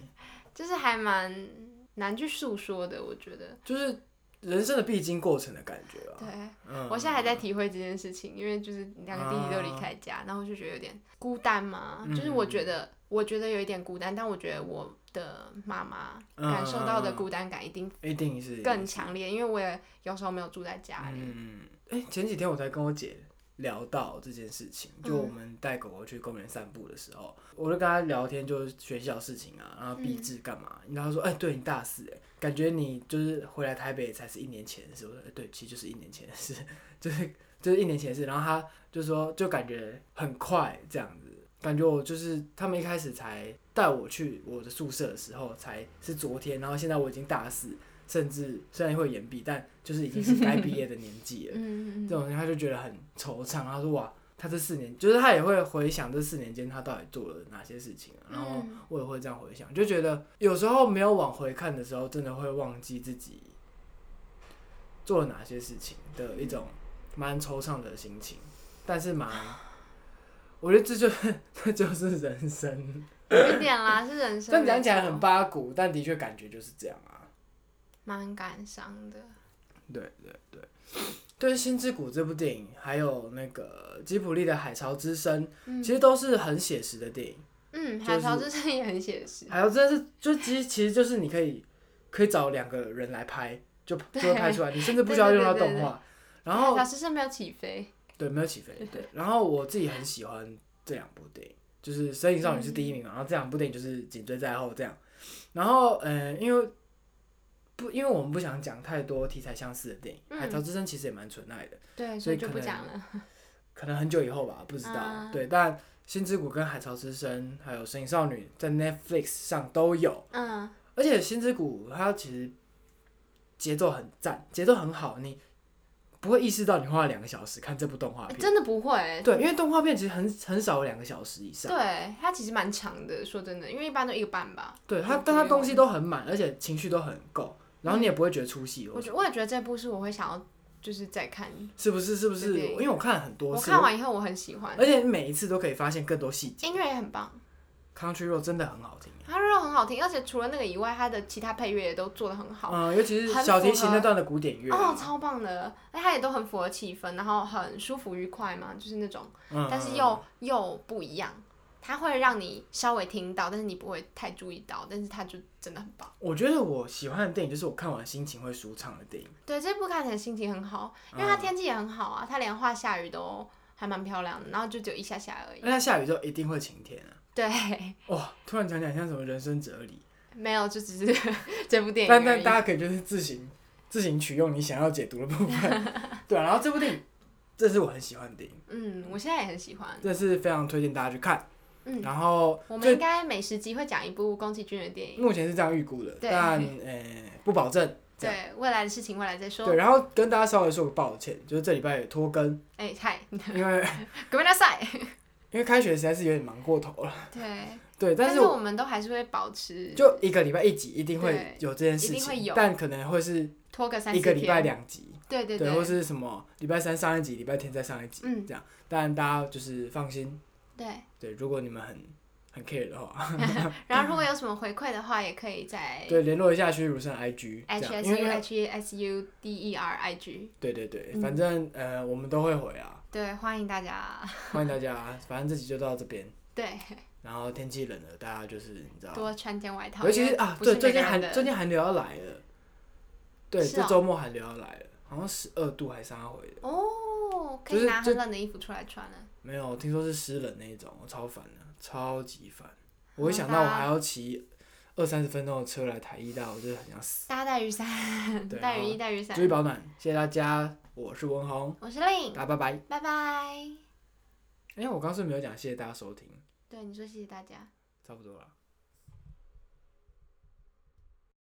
B: 就是还蛮难去诉说的，我觉得。
A: 就是人生的必经过程的感觉啊。
B: 对，
A: 嗯，
B: 我现在还在体会这件事情，因为就是两个弟弟都离开家，然后就觉得有点孤单嘛。
A: 啊嗯
B: 就是我觉得，我觉得有一点孤单，但我觉得我的妈妈
A: 嗯
B: 感受到的孤单感一定
A: 一定是
B: 更强烈，因为我也有时候没有住在家里。
A: 嗯，哎、前几天我才跟我姐聊到这件事情，就
B: 嗯
A: 我们带狗狗去公园散步的时候，我就跟她聊天，就是学校事情啊，
B: 嗯
A: 然后毕制干嘛，然后她说，哎、对你大四、哎，感觉你就是回来台北才是一年前的事。我说，哎对，其实就是一年前的事， [laughs] 就是就是一年前的事。然后她就说，就感觉很快这样子。感觉我就是他们一开始才带我去我的宿舍的时候，才是昨天，然后现在我已经大四，甚至虽然会延毕，但就是已经是该毕业的年纪了。
B: 嗯嗯
A: 这种东西他就觉得很惆怅，他说哇，他这四年，就是他也会回想这四年间他到底做了哪些事情、啊，然后
B: 嗯
A: 我也会这样回想，就觉得有时候没有往回看的时候，真的会忘记自己做了哪些事情的一种蛮惆怅的心情，但是
B: [laughs]
A: 蛮，我觉得这就是 [laughs] 这就是人生，
B: 嗯，有一点啦，是人生。
A: 但讲起来很
B: 没错
A: 八股，但的确感觉就是这样啊，
B: 蛮感伤的。
A: 对对对，对《星之谷》这部电影，还有那个吉卜力的《海潮之声》，其实都是很写实的电影。
B: 嗯，
A: 就
B: 海潮之声也很写实，
A: 海潮真的是，就其实其实就是你可以可以找两个人来拍，就就会拍出来，你甚至不需要用到动画。然后
B: 海潮之声没有起飞，
A: 对，没有起飞。对，然后我自己很喜欢这两部电影，就是《身影少女》是第一名嘛，然后这两部电影就是紧追在后这样。然后，嗯、因为不，因为我们不想讲太多题材相似的电影，
B: 嗯
A: 海潮之声》其实也蛮纯爱的，
B: 对，
A: 所
B: 所
A: 以
B: 以就
A: 可
B: 不
A: 能
B: 讲了。
A: 可能很久以后吧，不知道。
B: 啊
A: 对，但《星之谷》跟《海潮之声》还有《身影少女》在 Netflix 上都有，
B: 嗯，
A: 而且《星之谷》它其实节奏很赞，节奏很好，你不会意识到你花了两个小时看这部动画
B: 欸
A: 片。
B: 真的不会。
A: 对，因为动画片其实很很少有两个小时以上。
B: 对，它其实蛮长的，说真的，因为一般都一个半吧。
A: 对，它
B: 嗯
A: 但它
B: 左右
A: 东西都很满，而且情绪都很够，然后你也不会觉得出戏。
B: 我觉我也觉得这部是我会想要就是再看，
A: 是不是？是不是？
B: 对对
A: 因为我看了很多
B: 我
A: 次，
B: 看完以后我很喜欢，
A: 而且每一次都可以发现更多细节。
B: 音乐也很棒，
A: Country Road 真的很好听，
B: 它肉很好听，而且除了那个以外，它的其他配乐也都做的很好。
A: 嗯，尤其是
B: 很
A: 小
B: 符
A: 提琴
B: 合
A: 那段的古典乐啊、
B: 哦，超棒的！哎，它也都很符合气氛，然后很舒服愉快嘛，就是那种，
A: 嗯，
B: 但是
A: 嗯
B: 又又不一样，它会让你稍微听到，但是你不会太注意到，但是它就真的很棒。
A: 嗯我觉得我喜欢的电影就是我看完心情会舒畅的电影。
B: 对，这部看起来心情很好，因为
A: 嗯
B: 它天气也很好啊，它连画下雨都还蛮漂亮的，然后就只有一下下而已。
A: 嗯那它下雨就一定会晴天啊！
B: 对， [laughs]
A: 哇，突然讲讲像什么人生哲理，
B: 没有，就只是 [laughs] 这部电影而
A: 但但
B: 已。
A: 大家可以就是自行自行取用你想要解读的部
B: [laughs]
A: 分。对啊、然后这部电影，这是我很喜欢的电影，
B: 嗯，我现在也很喜欢。
A: 这是非常推荐大家去看。
B: 嗯，
A: 然后
B: 我们
A: 最
B: 应该每十集会讲一部宫崎骏的电影。
A: 目前是这样预估的，
B: 对 [laughs]
A: 但呃不保证。这
B: 对未来的事情，未来再说
A: 对，。然后跟大家稍微说个抱歉，就是这礼拜也拖
B: [laughs]
A: 更，
B: 哎，嗨，
A: 因为
B: 格梅拉赛。
A: 因为开学实在是有点忙过头了。
B: 对，
A: 对，但
B: 但
A: 是
B: 是我们都还是会保持，
A: 就一个礼拜一集，一定会
B: 对
A: 有这件事
B: 一定会
A: 情
B: 有，
A: 但可能会是
B: 拖个三
A: 一
B: 四
A: 个
B: 天。
A: 礼拜两集，
B: 对对
A: 或是什么礼拜三上一集，礼拜天再上一集，
B: 嗯
A: 这样。但大家就是放心，
B: 对。
A: 对，如果你们很很 care 的话，
B: 然后如果有什么回馈的话，也可以在
A: 对，联络一下徐如生 IG，这
B: H
A: 样，
B: S
A: 因为
B: U
A: 因为
B: H E S U D E R I G。
A: 对对对，
B: 嗯
A: 反正呃我们都会回啊，
B: 对，欢迎大家。
A: 欢迎大家，反正这集就到这边。
B: 对，
A: 然后天气冷了，大家就是你知道，
B: 多穿件外套。
A: 尤其
B: 因
A: 是
B: 为
A: 啊，
B: 不
A: 对，
B: 是
A: 最近
B: 每个人
A: 寒
B: 的
A: 最近寒流要来了，对，
B: 是
A: 这
B: 哦
A: 周末寒流要来了，好像十二度还是啥回的，
B: 哦，可
A: 就
B: 以
A: 是
B: 拿
A: 就
B: 很冷的衣服出来穿了。
A: 没有，听说是湿冷那一种，我超烦的，超级烦。
B: 好
A: 我一
B: 吧
A: 想到我还要骑二三十分钟的车来台艺大，我就很想死。
B: [laughs] 大家带雨伞，
A: 对，
B: 带雨
A: 好
B: 衣，带雨伞
A: 注。意保暖，谢谢大家，我是文宏，
B: 我是令，
A: 大家拜拜。
B: 拜拜。
A: 哎、我刚是没有讲谢谢大家收听，
B: 对，你说谢谢大家。
A: 差不多了。